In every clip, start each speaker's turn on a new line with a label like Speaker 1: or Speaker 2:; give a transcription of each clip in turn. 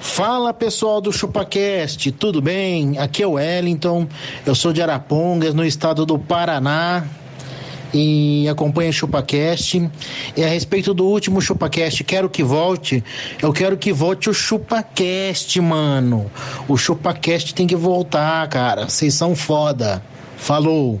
Speaker 1: Fala pessoal do ChupaCast, tudo bem? Aqui é o Wellington, eu sou de Arapongas, no estado do Paraná e acompanha o ChupaCast. E a respeito do último ChupaCast, quero que volte. Eu quero que volte o ChupaCast, mano. O ChupaCast tem que voltar, cara. Vocês são foda. Falou.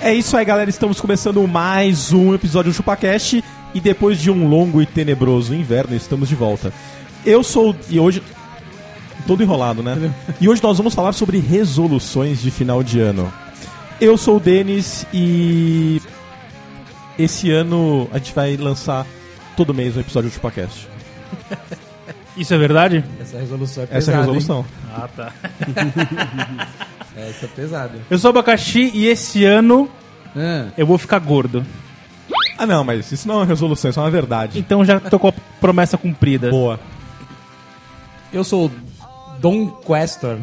Speaker 2: É isso aí, galera. Estamos começando mais um episódio do ChupaCast. E depois de um longo e tenebroso inverno, estamos de volta. Eu sou. E hoje. Todo enrolado, né? E hoje nós vamos falar sobre resoluções de final de ano. Eu sou o Denis e. Esse ano a gente vai lançar todo mês um episódio do ChupaCast.
Speaker 3: Isso é verdade?
Speaker 4: Essa resolução é pesada.
Speaker 2: Essa é a resolução.
Speaker 3: Ah, tá.
Speaker 4: Hein? Essa é pesada.
Speaker 3: Eu sou abacaxi e esse ano
Speaker 4: Ah,
Speaker 3: eu vou ficar gordo.
Speaker 2: Ah, não, mas isso não é uma resolução, isso é uma verdade.
Speaker 3: Então já tô com a promessa cumprida.
Speaker 2: Boa.
Speaker 4: eu sou o Dom Questor.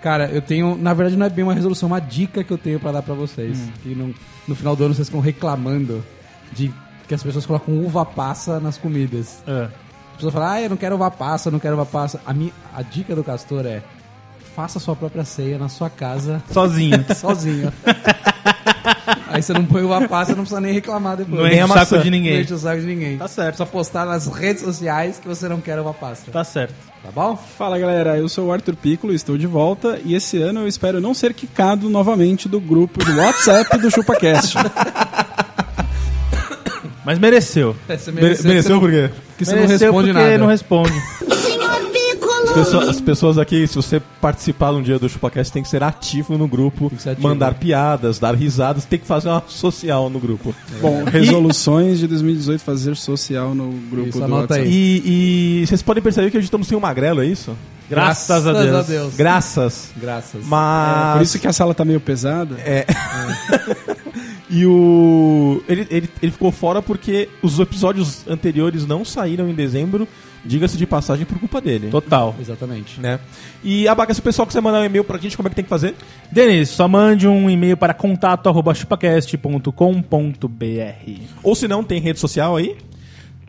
Speaker 4: Cara, eu tenho. Na verdade, não é bem uma resolução, é uma dica que eu tenho pra dar pra vocês. Que não- no final do ano vocês ficam reclamando de que as pessoas colocam uva passa nas comidas.
Speaker 3: Ah.
Speaker 4: As pessoas falam, ah, eu não quero uva passa, eu não quero uva passa. A, mi- a dica do Castor é: faça sua própria ceia na sua casa,
Speaker 3: Sozinho.
Speaker 4: sozinho. Aí você não põe uva passa, não precisa nem é reclamar depois.
Speaker 3: Não
Speaker 2: Nem
Speaker 3: enche
Speaker 2: a
Speaker 3: o saco
Speaker 2: maçã.
Speaker 3: de
Speaker 4: Não
Speaker 3: ninguém.
Speaker 4: enche o saco de ninguém.
Speaker 3: Tá certo.
Speaker 4: Só postar nas redes sociais que você não quer uva pasta.
Speaker 3: Tá certo.
Speaker 4: Tá bom?
Speaker 5: Fala galera, eu sou o Arthur Piccolo, estou de volta e esse ano eu espero não ser quicado novamente do grupo do WhatsApp do ChupaCast.
Speaker 3: Mas mereceu.
Speaker 4: Você
Speaker 2: Mere- Mereceu por quê?
Speaker 4: que você não
Speaker 3: mereceu
Speaker 4: responde
Speaker 3: porque
Speaker 4: nada.
Speaker 3: não responde.
Speaker 2: As pessoas, as pessoas aqui, se você participar um dia do ChupaCast, tem que ser ativo no grupo,
Speaker 4: que ser ativo.
Speaker 2: mandar piadas, dar risadas, tem que fazer uma social no grupo.
Speaker 5: Bom, resoluções de 2018 fazer social no grupo
Speaker 4: Isso,
Speaker 5: do
Speaker 4: anota
Speaker 5: WhatsApp.
Speaker 4: aí.
Speaker 2: E, e vocês podem perceber que hoje estamos sem o Magrelo, é isso?
Speaker 3: Graças a Deus.
Speaker 2: Graças.
Speaker 4: Graças.
Speaker 2: Mas.
Speaker 5: É,
Speaker 4: Ah,
Speaker 5: Por isso que a sala tá meio pesada.
Speaker 4: é.
Speaker 2: E o. Ele, ele, ele ficou fora porque os episódios anteriores não saíram em dezembro, diga-se de passagem, por culpa dele.
Speaker 3: Total.
Speaker 4: Exatamente.
Speaker 2: Né? E abaca, se o pessoal quiser mandar um e-mail pra gente, como é que tem que fazer?
Speaker 3: Denis, só mande um e-mail para contato.chupacast.com.br.
Speaker 2: Ou se não, tem rede social aí?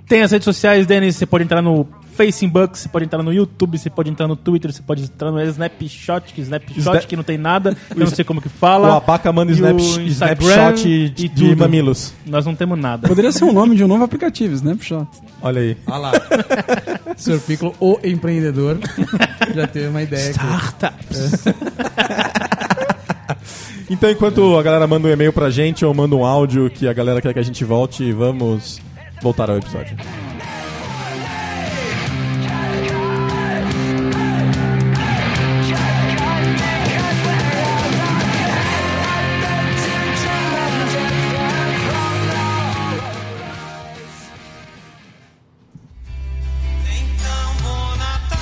Speaker 3: Tem as redes sociais, Denis, você pode entrar no Facebook, você pode entrar no YouTube, você pode entrar no Twitter, você pode entrar no Snapshot, que Snapshot
Speaker 2: Sna-
Speaker 3: que não tem nada, eu não sei como que
Speaker 2: o
Speaker 3: fala.
Speaker 2: abaca manda
Speaker 3: E
Speaker 2: snap,
Speaker 3: o Instagram
Speaker 2: snapshot de,
Speaker 3: e tudo.
Speaker 2: mamilos.
Speaker 3: Nós não temos nada.
Speaker 5: Poderia ser o nome de um novo aplicativo, né, puxa?
Speaker 2: Olha aí.
Speaker 4: Olha lá. Sr. Piccolo, o empreendedor, já teve uma ideia aqui.
Speaker 2: Então, enquanto a galera manda um e-mail pra gente ou manda um áudio que a galera quer que a gente volte, vamos voltar ao episódio.
Speaker 6: Então bom Natal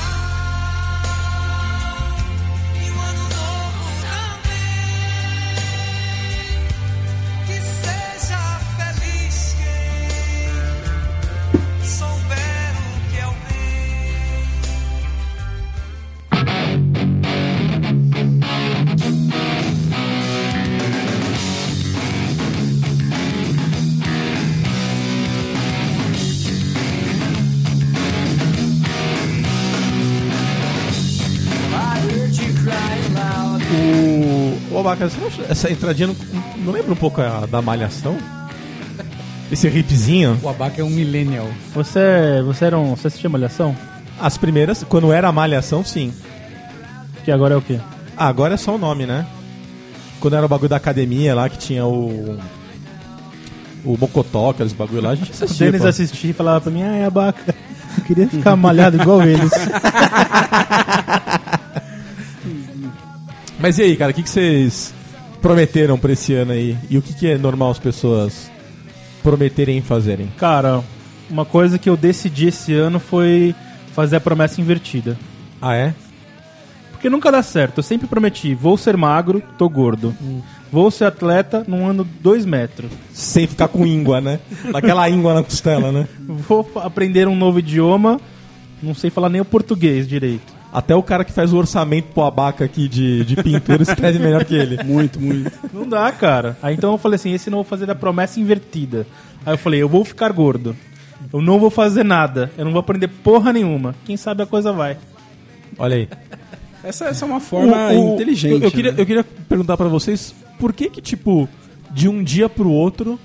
Speaker 6: e o ano novo também. Que seja feliz quem souber o que é o bem.
Speaker 2: O, o Abaca, você não acha- essa entradinha não, não lembra um pouco a da Malhação? Esse hipzinho?
Speaker 4: O Abaca é um millennial.
Speaker 3: Você, você era um. Você assistia Malhação?
Speaker 2: As primeiras, quando era a Malhação, sim.
Speaker 3: Que agora é o quê?
Speaker 2: Ah, agora é só o nome, né? Quando era o bagulho da academia lá que tinha o. o Mocotó, aqueles bagulho lá, a gente
Speaker 3: O
Speaker 2: assistia.
Speaker 3: Denis
Speaker 2: pô.
Speaker 3: assistia e falava pra mim, ai, abaca, eu queria ficar malhado igual eles.
Speaker 2: Mas e aí, cara, o que, que vocês prometeram pra esse ano aí? E o que, que é normal as pessoas prometerem e fazerem?
Speaker 3: Cara, uma coisa que eu decidi esse ano foi fazer a promessa invertida.
Speaker 2: Ah, é?
Speaker 3: Porque nunca dá certo. Eu sempre prometi, vou ser magro, tô gordo.
Speaker 2: Hum.
Speaker 3: Vou ser atleta, não ando dois metros.
Speaker 2: Sem ficar com íngua, né? Daquela íngua na costela, né?
Speaker 3: Vou fa- aprender um novo idioma, não sei falar nem o português direito.
Speaker 2: Até o cara que faz o orçamento pro abaca aqui de, de pintura escreve melhor que ele.
Speaker 5: Muito, muito.
Speaker 3: Não dá, cara. Aí então eu falei assim, esse eu não vou fazer da promessa invertida. Aí eu falei, eu vou ficar gordo. Eu não vou fazer nada. Eu não vou aprender porra nenhuma. Quem sabe a coisa vai.
Speaker 2: Olha aí.
Speaker 5: Essa, essa é uma forma
Speaker 2: O- o-
Speaker 5: inteligente.
Speaker 2: Eu queria,
Speaker 5: né?
Speaker 2: eu queria perguntar pra vocês por que que, tipo, de um dia pro outro,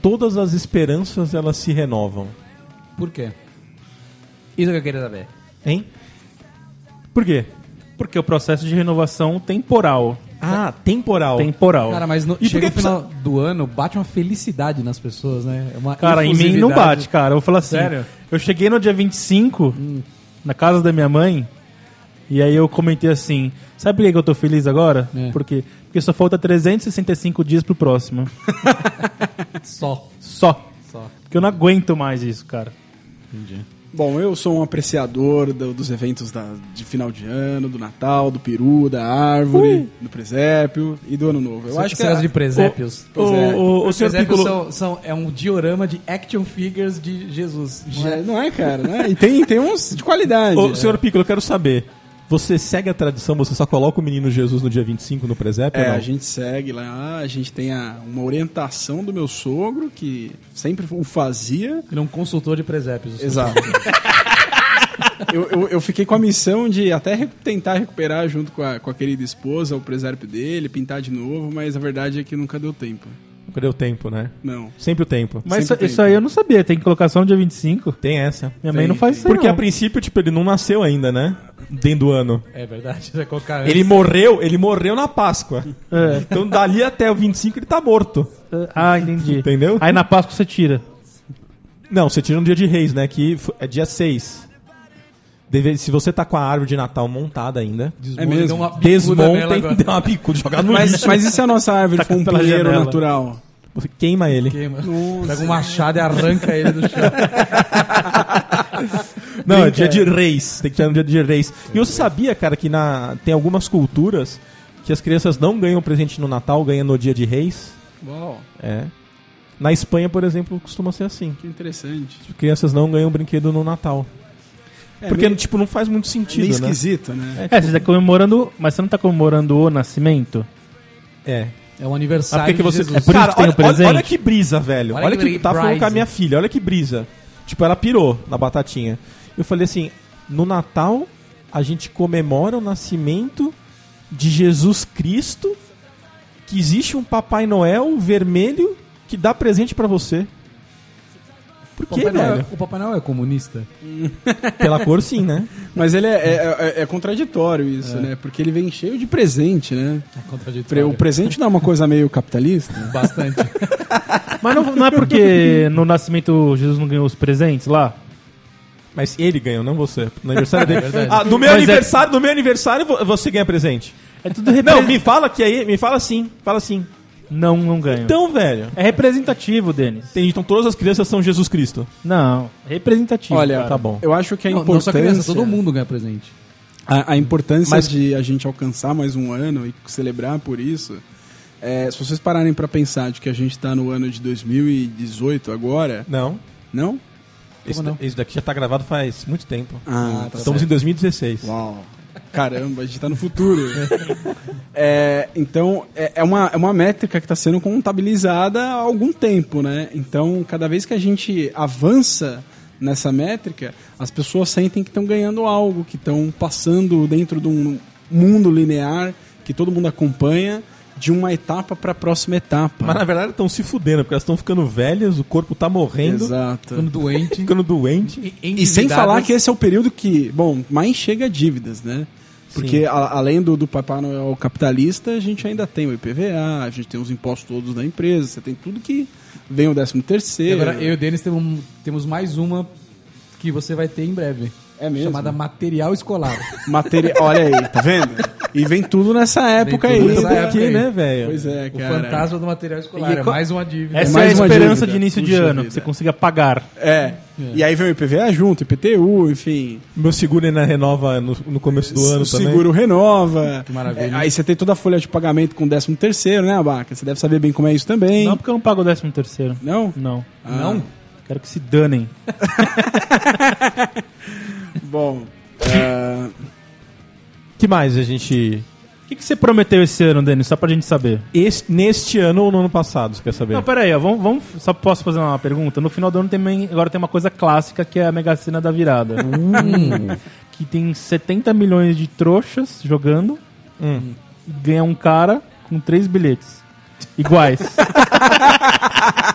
Speaker 2: todas as esperanças elas se renovam?
Speaker 4: Por quê? Isso é que eu queria saber.
Speaker 2: Hein? Por quê?
Speaker 3: Porque o processo de renovação temporal.
Speaker 2: Ah, temporal.
Speaker 3: Temporal.
Speaker 4: Cara, mas
Speaker 2: E
Speaker 4: no,
Speaker 2: por
Speaker 4: chega
Speaker 2: que
Speaker 4: no final do ano, bate uma felicidade nas pessoas, né? É Uma
Speaker 3: Cara, em mim não
Speaker 4: efusividade.
Speaker 3: bate, cara. Eu vou falar assim.
Speaker 4: Sério?
Speaker 3: Eu cheguei no dia 25, na casa da minha mãe, e aí eu comentei assim: sabe por que que eu tô feliz agora?
Speaker 4: É.
Speaker 3: Por quê? Porque só falta 365 dias pro próximo.
Speaker 4: Só.
Speaker 3: Só.
Speaker 4: Só.
Speaker 3: Porque eu não aguento mais isso, cara.
Speaker 5: Bom, eu sou um apreciador do- dos eventos da- de final de ano, do Natal, do peru, da árvore, do presépio e do ano novo. Eu acho que
Speaker 4: Essa
Speaker 5: a-
Speaker 4: tá de presépios.
Speaker 2: O, o, o, senhor
Speaker 4: Presépios
Speaker 2: Piccolo.
Speaker 4: são, são- é um diorama de action figures de Jesus.
Speaker 5: Não é, não é, cara, né? E tem, tem uns de qualidade.
Speaker 2: Ô, senhor Piccolo, eu quero saber. Você segue a tradição, você só coloca o menino Jesus no dia 25 no presépio?
Speaker 5: É,
Speaker 2: ou não?
Speaker 5: a gente segue lá, a gente tem a- uma orientação do meu sogro, que sempre o fazia.
Speaker 4: Ele é um consultor de presépios.
Speaker 5: Exato. eu, eu, eu fiquei com a missão de até recu- tentar recuperar junto com a, com a querida esposa, o presépio dele, pintar de novo, mas a verdade é que nunca deu tempo.
Speaker 2: Nunca deu tempo, né?
Speaker 5: Não.
Speaker 2: Sempre o tempo.
Speaker 3: Mas isso,
Speaker 5: Sempre tem.
Speaker 3: isso aí eu não sabia. Tem que colocar só no dia 25.
Speaker 2: Tem essa.
Speaker 3: Minha mãe não faz isso. aí,
Speaker 2: Porque a
Speaker 3: não.
Speaker 2: princípio, tipo, ele não nasceu ainda, né? Dentro do ano.
Speaker 4: É verdade. Vai colocar antes.
Speaker 2: Ele morreu, ele morreu na Páscoa.
Speaker 3: É.
Speaker 2: Então dali até o 25 ele tá morto.
Speaker 3: Ah, entendi.
Speaker 2: Entendeu?
Speaker 3: Aí na Páscoa você tira.
Speaker 2: Não, você tira um dia de reis, né? Que fo- é dia 6. Deve- se você tá com a árvore de Natal montada ainda,
Speaker 4: Desmonta,
Speaker 5: É mesmo.
Speaker 4: deu uma bicuda nela
Speaker 2: desmonta e
Speaker 4: agora.
Speaker 2: dá uma bicuda, joga no
Speaker 5: Mas,
Speaker 2: lixo.
Speaker 5: mas e se a nossa árvore for um
Speaker 3: pela
Speaker 5: pinheiro
Speaker 3: janela.
Speaker 5: natural?
Speaker 2: Você queima ele.
Speaker 4: Queima. Pega um machado e arranca ele do chão.
Speaker 2: Não, é dia de reis. Tem que tirar no dia de reis. E você sabia, cara, que na, tem algumas culturas que as crianças não ganham presente no Natal, ganham no dia de reis?
Speaker 5: Uau,
Speaker 2: É. Na Espanha, por exemplo, costuma ser assim.
Speaker 5: que interessante.
Speaker 2: Crianças não ganham brinquedo no Natal.
Speaker 5: É
Speaker 2: porque,
Speaker 5: meio,
Speaker 2: tipo, não faz muito
Speaker 5: meio
Speaker 2: sentido, né?
Speaker 5: esquisito, né?
Speaker 3: É, você tá comemorando. Mas você não tá comemorando o nascimento?
Speaker 2: É.
Speaker 4: É um
Speaker 2: Ah,
Speaker 4: aniversário
Speaker 2: porque que
Speaker 4: de
Speaker 2: você...
Speaker 4: Jesus.
Speaker 2: é por
Speaker 3: Cara,
Speaker 2: isso que tem
Speaker 3: olha-
Speaker 2: o presente.
Speaker 3: olha-
Speaker 2: Olha,
Speaker 3: olha
Speaker 2: que brisa, velho. Olha,
Speaker 4: Olha que
Speaker 2: que, tá falando com a
Speaker 4: brisa.
Speaker 2: minha filha, olha que brisa. Tipo, ela pirou na batatinha. Eu falei assim: "No Natal a gente comemora o nascimento de Jesus Cristo, que existe um Papai Noel vermelho que dá presente pra você". Por
Speaker 4: O
Speaker 2: que,
Speaker 4: Papai Noel-
Speaker 2: velho?
Speaker 4: o Papai Noel é comunista?
Speaker 2: Pela cor sim, né?
Speaker 5: Mas ele é, é- é- é contraditório isso, né? Porque ele vem cheio de presente, né?
Speaker 4: É
Speaker 5: Pre-
Speaker 4: contraditório.
Speaker 5: O presente não é uma coisa meio capitalista?
Speaker 4: Bastante.
Speaker 2: É
Speaker 3: Mas não, não é porque no nascimento Jesus não ganhou os presentes lá?
Speaker 2: Mas ele ganhou, não você. No aniversário dele.
Speaker 4: verdade.
Speaker 2: ah, do meu
Speaker 3: Mas é-
Speaker 2: aniversário, do meu aniversário vo- você ganha presente.
Speaker 3: É tudo repre...
Speaker 2: Não, me fala que aí, me fala sim, fala sim.
Speaker 3: Não, não ganho.
Speaker 2: Então, velho,
Speaker 3: É representativo, Denis.
Speaker 2: Entendi, então todas as crianças são Jesus Cristo.
Speaker 3: Não, representativo.
Speaker 5: Olha,
Speaker 2: tá bom.
Speaker 5: eu acho que a
Speaker 4: Não,
Speaker 5: importância...
Speaker 4: não só criança, todo mundo
Speaker 2: é.
Speaker 4: ganha presente.
Speaker 5: A, a importância
Speaker 2: Mas-
Speaker 5: de a gente alcançar mais um ano e celebrar por isso. é, se vocês pararem pra pensar de que a gente tá no ano de 2018 agora,
Speaker 2: Não.
Speaker 5: não?
Speaker 2: Esse,
Speaker 4: não?
Speaker 2: esse daqui já tá gravado faz muito tempo.
Speaker 5: Ah, tá
Speaker 2: Estamos em 2016.
Speaker 5: Uau. Caramba, a gente tá no futuro. É, então, é, é uma, é uma métrica que está sendo contabilizada há algum tempo, né? Então, cada vez que a gente avança nessa métrica, as pessoas sentem que estão ganhando algo, que estão passando dentro de um mundo linear que todo mundo acompanha, de uma etapa para a próxima etapa.
Speaker 2: Mas na verdade estão se fudendo, porque elas estão ficando velhas, o corpo tá morrendo,
Speaker 5: Exato.
Speaker 4: Ficando doente.
Speaker 2: ficando doente.
Speaker 5: E sem falar que esse é o período que, bom, mais chega dívidas, né? Porque a- além do, do Papai Noel capitalista, a gente ainda tem o IPVA, a gente tem os impostos todos da empresa, você tem tudo que vem o 13
Speaker 4: E
Speaker 5: terceiro.
Speaker 4: agora eu e o Denis temos, temos mais uma que você vai ter em breve.
Speaker 5: É mesmo?
Speaker 4: Chamada material escolar.
Speaker 5: Materia... Olha aí, tá vendo? E vem tudo nessa época
Speaker 4: tudo
Speaker 5: aí.
Speaker 4: nessa
Speaker 5: né?
Speaker 4: época.
Speaker 2: Aqui, né, velho?
Speaker 5: Pois é,
Speaker 4: o
Speaker 5: cara.
Speaker 4: fantasma do material escolar.
Speaker 5: E
Speaker 4: É
Speaker 5: co-
Speaker 4: mais uma dívida.
Speaker 3: Essa é a
Speaker 5: mais uma
Speaker 3: esperança
Speaker 5: dívida.
Speaker 3: de início de
Speaker 5: Puxa
Speaker 3: ano,
Speaker 5: vida.
Speaker 3: que você consiga pagar.
Speaker 5: É. E aí vem o IPVA junto, IPTU, enfim.
Speaker 2: Meu seguro ainda renova no, no começo do ano
Speaker 5: o
Speaker 2: também.
Speaker 5: seguro renova. Que
Speaker 4: maravilha.
Speaker 5: aí você tem toda a folha de pagamento com 13 terceiro, né, Abaca? Você deve saber bem como é isso também.
Speaker 3: Não, porque eu não pago o 13 terceiro.
Speaker 5: Não? Ah.
Speaker 3: Não.
Speaker 5: Não?
Speaker 3: Quero que se danem.
Speaker 5: Bom. é,
Speaker 2: que mais a gente...
Speaker 3: O que, que você prometeu esse ano, Denis? Só pra gente saber. É.
Speaker 2: Este, neste ano ou no ano passado, você quer saber?
Speaker 3: Não, peraí, ó, vamos, vamos, só posso fazer uma pergunta? No final do ano também, agora tem uma coisa clássica que é a Mega Sena da Virada. Hum. que tem 70 milhões de trouxas jogando
Speaker 2: Hum.
Speaker 3: e ganha um cara com três bilhetes. Iguais.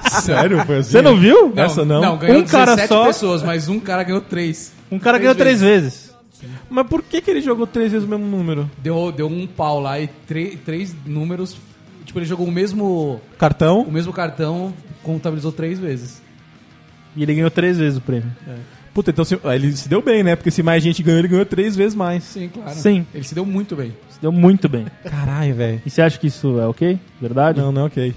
Speaker 2: Sério? Foi assim?
Speaker 3: Você não viu?
Speaker 2: Essa não.
Speaker 4: ganhou
Speaker 3: Um cara
Speaker 4: 17
Speaker 3: só.
Speaker 4: pessoas, mas um cara ganhou três.
Speaker 3: Um cara
Speaker 4: Três
Speaker 3: ganhou três vezes.
Speaker 2: Mas por que, que ele jogou três vezes o mesmo número?
Speaker 4: Deu, deu um pau lá e tre- três números. Tipo, ele jogou o mesmo, o
Speaker 2: Cartão?
Speaker 4: mesmo cartão, contabilizou três vezes.
Speaker 3: E ele ganhou três vezes o prêmio.
Speaker 2: Puta, então se- ah, ele se deu bem, né? Porque se mais gente ganhou, ele ganhou três vezes mais.
Speaker 4: Sim, claro.
Speaker 3: Sim.
Speaker 4: Ele se deu muito bem.
Speaker 3: Se deu muito bem.
Speaker 2: Caralho, velho.
Speaker 3: E você acha que isso é ok? Verdade?
Speaker 2: Não, não, ok.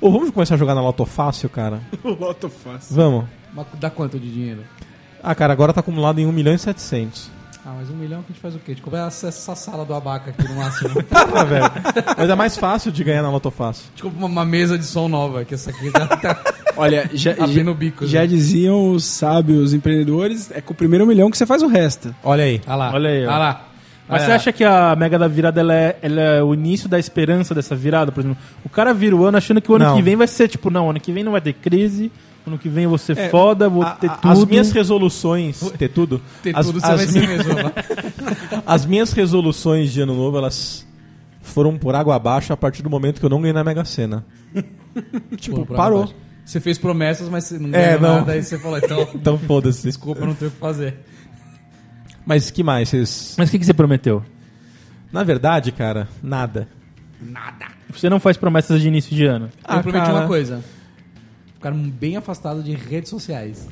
Speaker 2: Ô, vamos começar a jogar na Loto Fácil, cara?
Speaker 5: o Loto fácil.
Speaker 2: Vamos.
Speaker 4: Mas dá quanto de dinheiro?
Speaker 2: Ah, cara, agora tá acumulado em 1 milhão e 700.
Speaker 4: Ah, mas um milhão que a gente faz o quê? A gente compra essa, essa sala do abaca aqui no máximo.
Speaker 2: Ah, velho. Mas é mais fácil de ganhar na Loto Fácil.
Speaker 4: a gente compra uma, uma mesa de som nova, que essa aqui já tá
Speaker 5: Olha, já,
Speaker 4: abrindo o bico. né?
Speaker 5: já diziam os sábios empreendedores, é com o primeiro milhão que você faz o resto.
Speaker 2: Olha aí.
Speaker 4: Olha lá.
Speaker 3: Olha aí, ó.
Speaker 4: Olha lá.
Speaker 3: Mas
Speaker 4: Olha
Speaker 3: você
Speaker 4: lá.
Speaker 3: acha que a mega da virada ela é, ela é o início da esperança dessa virada, por exemplo? O cara vira o ano achando que o ano
Speaker 2: Não.
Speaker 3: que vem vai ser tipo, não, ano que vem não vai ter crise, ano que vem eu vou ser foda, vou
Speaker 2: A-
Speaker 3: ter
Speaker 2: a-
Speaker 3: tudo.
Speaker 2: As minhas resoluções. Ter tudo?
Speaker 4: Ter
Speaker 2: As-
Speaker 4: tudo você
Speaker 2: as
Speaker 4: vai
Speaker 2: mi-
Speaker 4: ser mesmo. né? Abaca.
Speaker 2: As minhas resoluções de ano novo, elas foram por água abaixo a partir do momento que eu não ganhei na Mega Sena. tipo,
Speaker 4: Pô, pra
Speaker 2: parou.
Speaker 4: verdade. Você fez promessas, mas você não
Speaker 2: É,
Speaker 4: ganhou
Speaker 2: não.
Speaker 4: nada. Aí você falou, então,
Speaker 2: Então foda-se.
Speaker 4: desculpa, eu não tenho o que fazer.
Speaker 2: Mas que mais? Vocês...
Speaker 3: Mas o que, que você prometeu?
Speaker 2: Na verdade, cara, nada.
Speaker 3: Você não faz promessas de início de ano.
Speaker 2: Ah,
Speaker 4: eu prometi
Speaker 2: cara.
Speaker 4: uma coisa. Ficar bem afastado de redes sociais.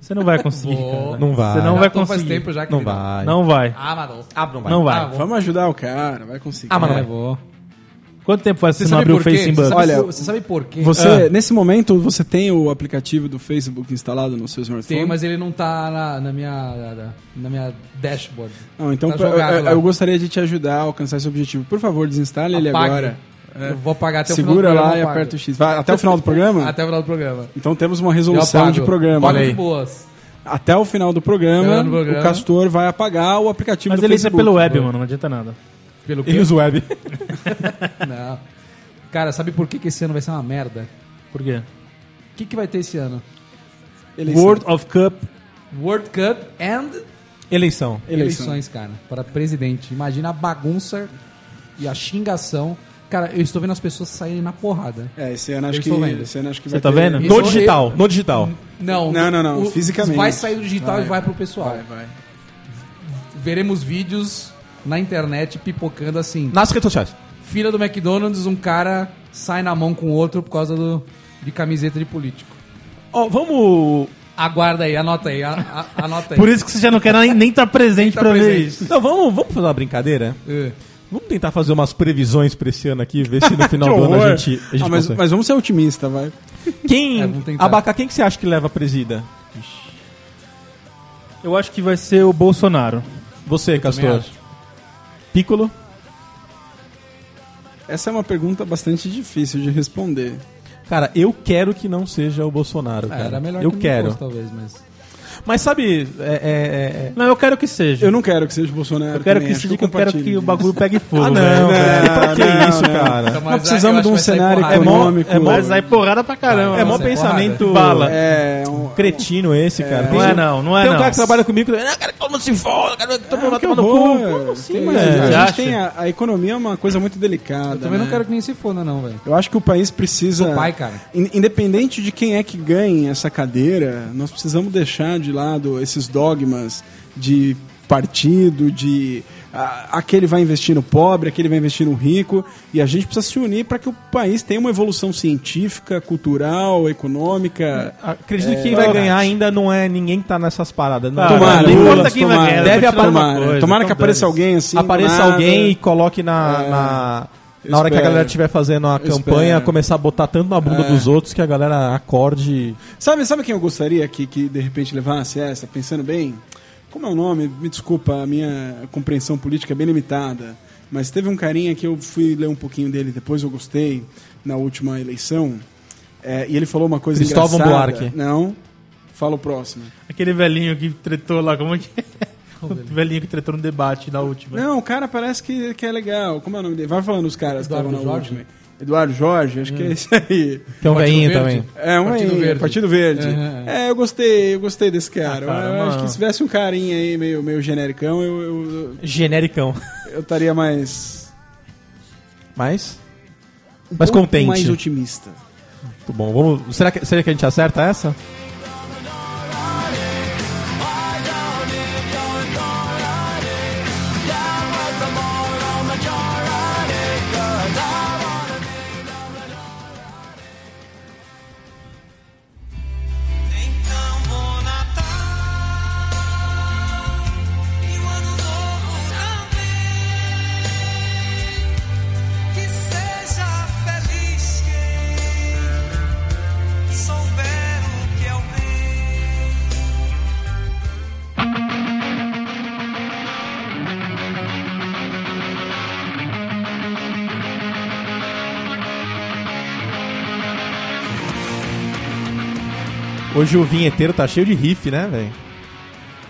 Speaker 3: Você não vai conseguir,
Speaker 4: Vou.
Speaker 3: cara.
Speaker 2: Não vai.
Speaker 3: Você não
Speaker 4: Já
Speaker 3: vai
Speaker 4: tô Então faz
Speaker 3: conseguir.
Speaker 4: tempo já que
Speaker 2: Não
Speaker 4: ele-
Speaker 2: vai.
Speaker 3: Não vai.
Speaker 4: Ah, mano.
Speaker 2: Ah, não vai.
Speaker 3: Não vai.
Speaker 4: Ah, vou.
Speaker 5: Vamos ajudar o cara, vai conseguir.
Speaker 4: Ah, mano.
Speaker 2: vai.
Speaker 4: vou.
Speaker 3: Quanto tempo faz que você não abriu o
Speaker 4: quê? Você
Speaker 3: Facebook?
Speaker 4: sabe
Speaker 5: Olha,
Speaker 4: por- você sabe por quê?
Speaker 5: Você, nesse momento, você tem o aplicativo do Facebook instalado no seu smartphone?
Speaker 4: Tem, mas ele não tá na, na minha na, na minha dashboard.
Speaker 5: Não, então
Speaker 4: Tá
Speaker 5: pra-
Speaker 4: jogado
Speaker 5: eu,
Speaker 4: lá.
Speaker 5: eu gostaria de te ajudar a alcançar esse objetivo. Por favor, desinstale ele
Speaker 4: Apague.
Speaker 5: agora.
Speaker 4: Eu vou apagar até o
Speaker 5: Segura
Speaker 4: final do
Speaker 5: lá
Speaker 4: programa.
Speaker 5: e
Speaker 4: eu apago.
Speaker 5: aperta o X. Vai, até o final do programa?
Speaker 4: Até o final do programa.
Speaker 5: Então temos uma
Speaker 4: Eu
Speaker 5: resolução
Speaker 4: apago.
Speaker 5: de programa.
Speaker 4: Olha muito boas.
Speaker 5: Até o final do programa,
Speaker 4: Final do programa.
Speaker 5: o Castor vai apagar o aplicativo
Speaker 3: Mas
Speaker 5: do
Speaker 3: ele usa
Speaker 5: Facebook. né?
Speaker 3: pelo web, mano, não adianta nada.
Speaker 4: Pelo quê?
Speaker 2: Eles web.
Speaker 4: Não. Cara, sabe por que, que esse ano vai ser uma merda?
Speaker 3: Por quê?
Speaker 4: O que, que vai ter esse ano?
Speaker 5: Eleição.
Speaker 3: World of Cup.
Speaker 4: World Cup and
Speaker 2: Eleição.
Speaker 5: Eleição.
Speaker 4: eleições, cara, para presidente. Imagina a bagunça e a xingação. Cara, eu estou vendo as pessoas saírem na porrada.
Speaker 5: É, esse ano acho
Speaker 4: Eu
Speaker 5: que,
Speaker 4: estou vendo.
Speaker 5: esse ano acho que
Speaker 3: Você
Speaker 5: vai
Speaker 3: tá
Speaker 5: ter-
Speaker 3: vendo?
Speaker 2: No
Speaker 4: Isso
Speaker 2: digital, no digital.
Speaker 4: Não,
Speaker 5: Não, não, não,
Speaker 4: o-
Speaker 5: fisicamente.
Speaker 4: Vai sair do digital e vai pro pessoal.
Speaker 5: Vai, vai.
Speaker 4: Veremos vídeos na internet pipocando assim.
Speaker 2: Nas redes sociais.
Speaker 4: Fila do McDonald's, um cara sai na mão com o outro por causa do, de camiseta de político.
Speaker 2: Ó, vamos.
Speaker 4: Aguarda aí, anota aí, a- a- anota aí.
Speaker 3: Por isso que você já não quer nem nem tá presente
Speaker 4: tá
Speaker 3: pra ver
Speaker 4: presente.
Speaker 3: isso.
Speaker 2: Não, vamos, vamos fazer uma brincadeira.
Speaker 4: É.
Speaker 2: Vamos tentar fazer umas previsões pra esse ano aqui, ver se no final do ano
Speaker 5: horror.
Speaker 2: a gente, a gente
Speaker 5: Ah, mas,
Speaker 2: consegue.
Speaker 5: mas vamos ser otimistas, vai.
Speaker 2: Quem.
Speaker 4: É, vamos tentar.
Speaker 2: Abacá, quem que você acha que leva a presida?
Speaker 3: Eu acho que vai ser o Bolsonaro.
Speaker 2: Você, Castor.
Speaker 4: acho.
Speaker 2: Piccolo?
Speaker 5: Essa é uma pergunta bastante difícil de responder.
Speaker 2: Cara, eu quero que não seja o Bolsonaro,
Speaker 4: É,
Speaker 2: cara.
Speaker 4: era melhor
Speaker 2: eu
Speaker 4: que não
Speaker 2: quero.
Speaker 4: fosse, talvez, mas...
Speaker 5: É.
Speaker 2: Mas sabe, é, é- é- é-
Speaker 3: Não, eu quero que seja.
Speaker 5: Eu não quero que seja o Bolsonaro.
Speaker 3: Eu quero
Speaker 5: também,
Speaker 3: que
Speaker 5: acho
Speaker 3: seja, que eu quero
Speaker 5: compartilho
Speaker 3: que o
Speaker 5: disso.
Speaker 3: bagulho pegue fogo.
Speaker 2: Ah, não,
Speaker 3: velho. É
Speaker 2: velho. Pra que
Speaker 5: não,
Speaker 2: isso,
Speaker 5: não.
Speaker 2: cara?
Speaker 4: Então, mas
Speaker 5: Nós
Speaker 4: aí eu
Speaker 5: precisamos
Speaker 4: acho
Speaker 5: de um
Speaker 4: que vai sair
Speaker 5: cenário
Speaker 4: porrada.
Speaker 5: econômico.
Speaker 2: É mó-
Speaker 3: Mas aí porrada pra caramba.
Speaker 2: É mó
Speaker 4: Nossa, é
Speaker 2: pensamento.
Speaker 3: Bala.
Speaker 5: É, um-
Speaker 2: Cretino esse, cara.
Speaker 3: Não é não, não é
Speaker 2: Tem um
Speaker 3: não.
Speaker 2: cara que trabalha comigo, ah, cara, todo mundo se foda, cara, todo mundo vai
Speaker 5: que
Speaker 2: tomar no
Speaker 5: horror.
Speaker 2: cu. Como
Speaker 5: Tem-
Speaker 2: assim,
Speaker 5: a
Speaker 2: mano?
Speaker 5: gente
Speaker 3: Você acha?
Speaker 5: tem a, a economia é uma coisa muito delicada.
Speaker 4: Eu também não
Speaker 5: né?
Speaker 4: quero que nem se foda, não, velho.
Speaker 5: Eu acho que o país precisa.
Speaker 4: Sou pai, cara.
Speaker 5: In- Independente de quem é que ganhe essa cadeira, nós precisamos deixar de lado esses dogmas de partido, de ah, aquele vai investir no pobre, aquele vai investir no rico, e a gente precisa se unir para que o país tenha uma evolução científica, cultural, econômica.
Speaker 2: Acredito
Speaker 5: É,
Speaker 2: que quem vai ganhar ainda não é ninguém que tá nessas paradas. Não,
Speaker 3: Ah,
Speaker 5: Tomara,
Speaker 3: não importa
Speaker 5: Douglas,
Speaker 3: quem vai
Speaker 5: tomara.
Speaker 3: ganhar,
Speaker 2: Deve
Speaker 3: continua
Speaker 2: aparecer
Speaker 3: uma
Speaker 5: Tomara,
Speaker 3: coisa,
Speaker 5: né? tomara que
Speaker 3: então
Speaker 5: apareça
Speaker 3: dane-se.
Speaker 5: alguém assim. do
Speaker 2: apareça
Speaker 5: nada.
Speaker 2: alguém e coloque na. na...
Speaker 5: eu
Speaker 2: na hora que a
Speaker 5: espero.
Speaker 2: galera estiver fazendo a
Speaker 5: Eu
Speaker 2: campanha,
Speaker 5: espero. É.
Speaker 2: começar a botar tanto na bunda dos outros que a galera acorde.
Speaker 5: Sabe, sabe quem eu gostaria que, que de repente levasse essa, pensando bem? Como é o nome? Me desculpa, a minha compreensão política é bem limitada. Mas teve um carinha que eu fui ler um pouquinho dele, depois eu gostei, na última eleição. É, e ele falou uma coisa
Speaker 2: Cristóvão
Speaker 5: engraçada.
Speaker 2: Buarque.
Speaker 5: Não. Fala o próximo.
Speaker 3: Aquele velhinho que tretou lá, como é que é? O velhinho que tretou no debate da última.
Speaker 5: Não, o cara parece que, que é legal. Como é o nome dele? Vai falando os caras que
Speaker 4: Eduardo
Speaker 5: estavam na
Speaker 4: Jorge?
Speaker 5: última. Eduardo Jorge, acho que é esse aí.
Speaker 2: Que é um
Speaker 4: Partido
Speaker 2: veinho
Speaker 4: Verde?
Speaker 2: também.
Speaker 5: É, um
Speaker 4: Partido
Speaker 5: aí,
Speaker 4: Verde.
Speaker 5: Partido Verde.
Speaker 4: Aham.
Speaker 5: É, eu gostei, eu gostei desse cara.
Speaker 3: Ah, cara,
Speaker 5: eu acho
Speaker 3: mano.
Speaker 5: que se tivesse um carinha aí meio, meio genericão, eu- eu
Speaker 2: Genericão.
Speaker 5: eu estaria mais.
Speaker 2: Mas. Mas
Speaker 5: Um pouco
Speaker 2: contente.
Speaker 5: Mais otimista.
Speaker 2: Muito bom. Vamos... Será, que... Será que a gente acerta essa?
Speaker 6: Então bom Natal e o ano novo também. Que seja feliz quem souber o que é o bem.
Speaker 2: Hoje o vinheteiro tá cheio de riff, né, velho?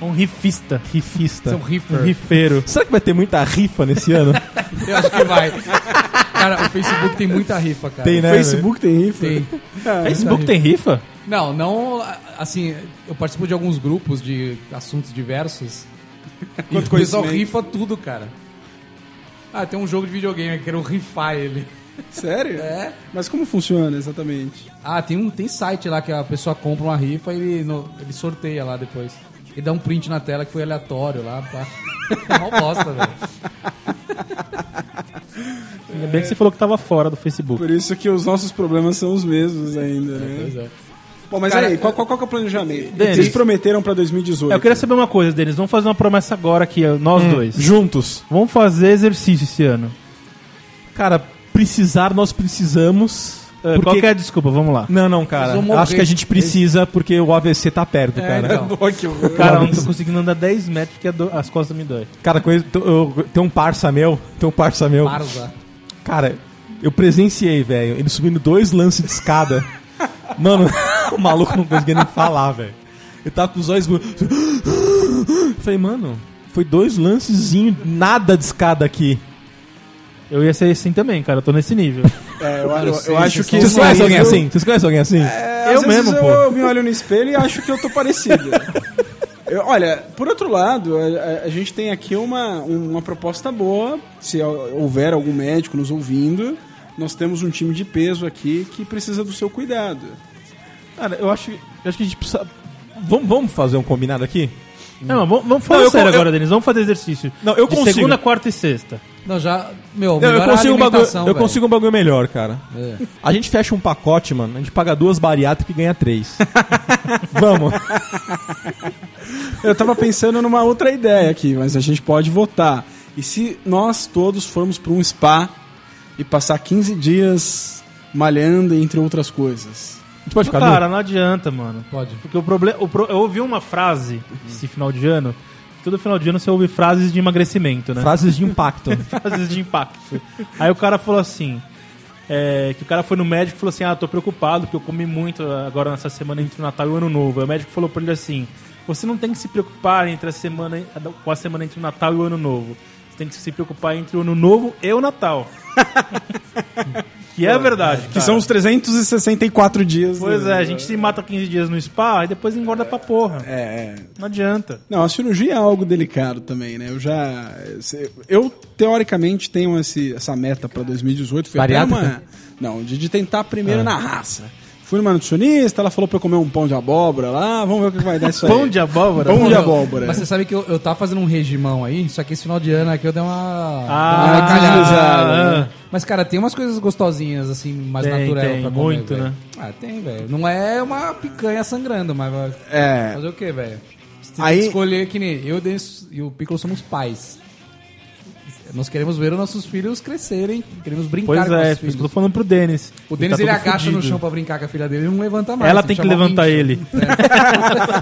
Speaker 3: Um rifista.
Speaker 2: Rifista.
Speaker 4: São
Speaker 3: Um
Speaker 4: Reaper.
Speaker 3: rifeiro.
Speaker 2: Será que vai ter muita rifa nesse ano?
Speaker 4: Eu acho que vai. Cara, o Facebook tem muita rifa, cara.
Speaker 2: Tem, né?
Speaker 5: Facebook tem rifa.
Speaker 4: É, Tem.
Speaker 3: Facebook tem rifa?
Speaker 4: Não, não. Assim, eu participo de alguns grupos de assuntos diversos. e o
Speaker 5: Quanto
Speaker 4: pessoal
Speaker 5: conhecimento.
Speaker 4: rifa tudo, cara. Ah, tem um jogo de videogame que quero rifar ele.
Speaker 5: Sério?
Speaker 4: É.
Speaker 5: Mas como funciona exatamente?
Speaker 4: Ah, tem um tem site lá que a pessoa compra uma rifa e ele, no- ele sorteia lá depois. E dá um print na tela que foi aleatório lá, pá. É uma bosta, velho.
Speaker 3: Ainda bem que você falou que tava fora do Facebook.
Speaker 5: Por isso que os nossos problemas são os mesmos ainda, né?
Speaker 4: Pois é.
Speaker 5: Bom, mas
Speaker 4: Cara,
Speaker 5: aí, qual, qual, qual que é o planejamento?
Speaker 3: Denis.
Speaker 5: Vocês prometeram pra 2018.
Speaker 3: É, Eu queria saber uma coisa, Denis. Vamos fazer uma promessa agora aqui, ó, nós
Speaker 2: Hum.
Speaker 3: dois.
Speaker 2: Juntos.
Speaker 3: Vamos fazer exercício esse ano.
Speaker 2: Cara, precisar nós precisamos.
Speaker 3: É,
Speaker 2: porque-
Speaker 3: Qual que é a desculpa? Vamos lá.
Speaker 2: Não, não, cara.
Speaker 4: Precisam morrer.
Speaker 2: Acho que a gente precisa porque o AVC tá perto,
Speaker 4: É,
Speaker 2: cara.
Speaker 4: então.
Speaker 5: Ó, que horror.
Speaker 3: Cara, eu não tô conseguindo andar 10 metros porque a do- as costas me doem.
Speaker 2: Cara, conheço- t- eu- tem um parça meu, tem um parça meu.
Speaker 3: Ah,
Speaker 4: Parza.
Speaker 2: Cara, eu presenciei, velho, ele subindo dois lances de escada. Mano, o maluco não conseguia nem falar, velho. Ele tava com os olhos... Eu Falei, mano, foi dois lancezinhos, nada de escada aqui.
Speaker 3: Eu ia ser assim também, cara. Eu tô nesse nível.
Speaker 5: É, eu, eu
Speaker 4: sei,
Speaker 5: acho
Speaker 4: vocês né?
Speaker 5: que.
Speaker 2: Vocês conhecem alguém
Speaker 5: Eu-
Speaker 2: assim? Vocês conhecem alguém assim?
Speaker 5: É,
Speaker 2: eu
Speaker 5: às vezes
Speaker 2: mesmo,
Speaker 5: eu,
Speaker 2: pô.
Speaker 5: eu me olho no espelho e acho que eu tô parecido. Eu- olha, por outro lado, a, a- a gente tem aqui uma, uma proposta boa. Se houver algum médico nos ouvindo, nós temos um time de peso aqui que precisa do seu cuidado.
Speaker 2: Cara, eu acho, eu acho que a gente precisa... Vamos, vamos fazer um combinado aqui?
Speaker 3: Hum. Não, vamos, vamos falar
Speaker 2: Não, eu
Speaker 3: sério
Speaker 2: con- eu-
Speaker 3: agora, Denis. Vamos fazer exercício.
Speaker 2: Não, eu
Speaker 3: De
Speaker 2: consigo.
Speaker 3: segunda, quarta e sexta.
Speaker 4: Não, já. Meu,
Speaker 2: Não, eu
Speaker 4: melhor
Speaker 2: consigo, um bagulho,
Speaker 4: alimentação,
Speaker 2: eu
Speaker 4: velho.
Speaker 2: consigo um bagulho melhor, cara. A gente fecha um pacote, mano. A gente paga duas bariátricas e ganha três. Vamos.
Speaker 5: Eu tava pensando numa outra ideia aqui, mas a gente pode votar. E se nós todos formos para um spa e passar 15 dias malhando, entre outras coisas?
Speaker 2: A gente pode ficar
Speaker 3: Cara, não adianta, mano.
Speaker 4: Pode.
Speaker 3: Porque o problema. o pro- Eu ouvi uma frase esse final de ano. Todo final de ano você ouve frases de emagrecimento,
Speaker 2: nu?
Speaker 3: né?
Speaker 2: Frases de impacto.
Speaker 3: Frases de impacto. Aí o cara falou assim. é, que o cara foi no médico e falou assim: Ah, tô preocupado porque eu comi muito agora nessa semana entre o Natal e o Ano Novo. Aí o médico falou pra ele assim: Você não tem que se preocupar entre a semana, com a semana entre o Natal e o Ano Novo. Você tem que se preocupar entre o Ano Novo e o Natal. que é verdade.
Speaker 5: Que são os 364 dias.
Speaker 3: Pois
Speaker 5: né?
Speaker 3: é, a gente se mata 15 dias no spa e depois engorda pra porra.
Speaker 5: É, é.
Speaker 3: Não adianta.
Speaker 5: Não, a cirurgia é algo delicado também, né? Eu já. Eu, teoricamente, tenho esse- essa meta pra 2018. Foi até
Speaker 4: Bariátrica?
Speaker 5: uma. Não, de, de tentar primeiro na raça. Fui numa nutricionista, ela falou pra eu comer um pão de abóbora lá, vamos ver o que vai dar isso aí.
Speaker 3: Pão de abóbora?
Speaker 5: Pão de
Speaker 4: Não,
Speaker 5: abóbora.
Speaker 4: Mas você sabe que eu, eu tava fazendo um regimão aí, só que esse final de ano aqui eu dei uma.
Speaker 3: Ah,
Speaker 4: uma calhada,
Speaker 3: ah.
Speaker 4: né? Mas, cara, tem umas coisas gostosinhas, assim, mais
Speaker 3: Tem,
Speaker 4: natural
Speaker 3: tem,
Speaker 4: pra comer.
Speaker 3: muito,
Speaker 4: velho.
Speaker 3: né?
Speaker 4: Ah, tem, velho. Não é uma picanha sangrando, mas vai
Speaker 5: É.
Speaker 4: fazer o quê, velho? Você tem
Speaker 5: Aí-
Speaker 4: que escolher que nem eu Denis e o Piccolo somos pais. Nós queremos ver os nossos filhos crescerem, queremos brincar
Speaker 3: Pois
Speaker 4: com
Speaker 3: é,
Speaker 4: os
Speaker 3: por isso
Speaker 4: filhos.
Speaker 3: que eu tô falando pro Denis.
Speaker 4: O Denis
Speaker 3: tá
Speaker 4: ele
Speaker 3: todo
Speaker 4: agacha no
Speaker 3: fudido.
Speaker 4: chão pra brincar com a filha dele e não levanta mais.
Speaker 3: Ela
Speaker 4: que
Speaker 3: tem que
Speaker 4: chamar um
Speaker 3: levantar
Speaker 4: guincho.
Speaker 3: ele.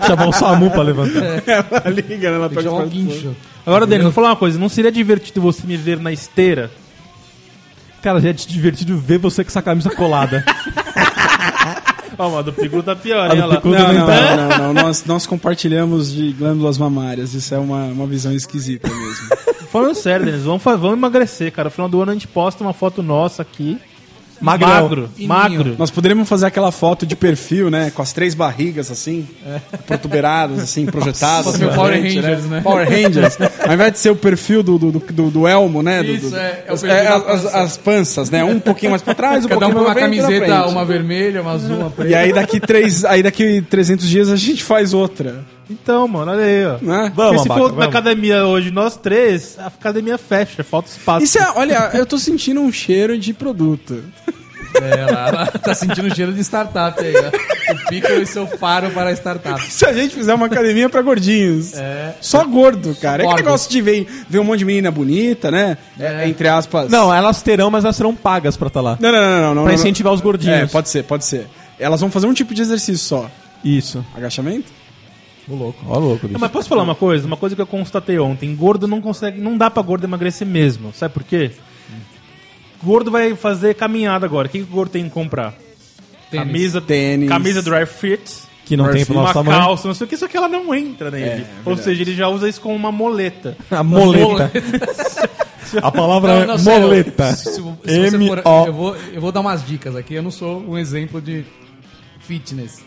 Speaker 3: Chamar o SAMU pra levantar.
Speaker 5: Ela liga, né? Ela
Speaker 4: Tem que
Speaker 5: pega
Speaker 4: chamar
Speaker 5: o
Speaker 4: um guincho.
Speaker 3: Agora, Denis, vou falar uma coisa. Não seria divertido você me ver na esteira?
Speaker 2: Cara, já é divertido ver você com essa camisa colada.
Speaker 3: Ó, mas a do Piccolo tá pior,
Speaker 2: A
Speaker 3: hein?
Speaker 2: do
Speaker 3: Olha lá.
Speaker 2: Piccolo
Speaker 5: Não,
Speaker 2: também
Speaker 5: não,
Speaker 2: tá.
Speaker 5: não, não, Nós, nós compartilhamos de glândulas mamárias. Isso é uma, uma visão esquisita mesmo.
Speaker 3: Falando sério, Denis, vamos, fa- vamos emagrecer, cara. No final do ano a gente posta uma foto nossa aqui.
Speaker 2: Magrão.
Speaker 3: Magro.
Speaker 4: Fininho.
Speaker 3: Magro.
Speaker 5: Nós poderíamos fazer aquela foto de perfil, né? Com as três barrigas, assim, protuberadas, assim, projetadas.
Speaker 4: Nossa, meu
Speaker 5: pra
Speaker 4: Power
Speaker 5: frente,
Speaker 4: Rangers, né?
Speaker 5: Power Rangers. Ao invés de ser o perfil do, do, do, do Elmo, né? do-
Speaker 4: Isso,
Speaker 5: do-
Speaker 4: é, é o
Speaker 5: as-
Speaker 4: perfil da
Speaker 5: as,
Speaker 4: pança.
Speaker 5: as panças, né? Um um pouquinho mais pra trás, um
Speaker 4: Cada um põe uma
Speaker 5: pouquinho pra frente, pra
Speaker 4: camiseta,
Speaker 5: frente.
Speaker 4: uma vermelha, uma azul, uma preta.
Speaker 5: E aí daqui, três, aí daqui 300 dias a gente faz outra,
Speaker 3: Então, mano, olha aí, ó.
Speaker 5: né?
Speaker 2: Vamos,
Speaker 3: Porque se
Speaker 2: Abaca,
Speaker 3: for na
Speaker 2: vamos.
Speaker 3: academia hoje, nós três, a academia fecha, falta espaço.
Speaker 5: Isso é, olha, eu tô sentindo um cheiro de produto.
Speaker 4: É, ela, ela tá sentindo cheiro de startup aí, ó. O Piccolo e seu faro para a startup.
Speaker 5: Se a gente fizer uma academia pra gordinhos.
Speaker 4: É.
Speaker 5: Só gordo, cara. É que
Speaker 4: Gordo.
Speaker 5: negócio de ver, ver um monte de menina bonita, né? É, Entre aspas.
Speaker 2: Não, elas terão, mas elas serão pagas pra estar lá.
Speaker 5: Não, não, não, não. não
Speaker 2: pra
Speaker 5: não,
Speaker 2: incentivar os gordinhos.
Speaker 5: É, pode ser, pode ser. Elas vão fazer um tipo de exercício só.
Speaker 2: Isso.
Speaker 5: Agachamento?
Speaker 4: Ô, louco.
Speaker 2: Ó, louco, bicho.
Speaker 3: Ah, Mas posso falar uma coisa? Uma coisa que eu constatei ontem. Gordo não consegue, não dá pra gordo emagrecer mesmo. Sabe por quê? Gordo vai fazer caminhada agora. O que, que o gordo tem que comprar?
Speaker 4: Tênis.
Speaker 3: Camisa,
Speaker 5: Tênis.
Speaker 3: camisa dry fit,
Speaker 2: Que não tem pro
Speaker 3: uma
Speaker 2: nosso tamanho.
Speaker 3: calça, não sei o que, só que ela não entra nele. Ou
Speaker 5: verdade.
Speaker 3: seja, ele já usa isso como uma moleta.
Speaker 2: A moleta. A palavra é
Speaker 4: sério,
Speaker 2: moleta.
Speaker 4: Se, se você for, eu,
Speaker 2: M-O.
Speaker 4: vou, eu vou dar umas dicas aqui. Eu não sou um exemplo de fitness.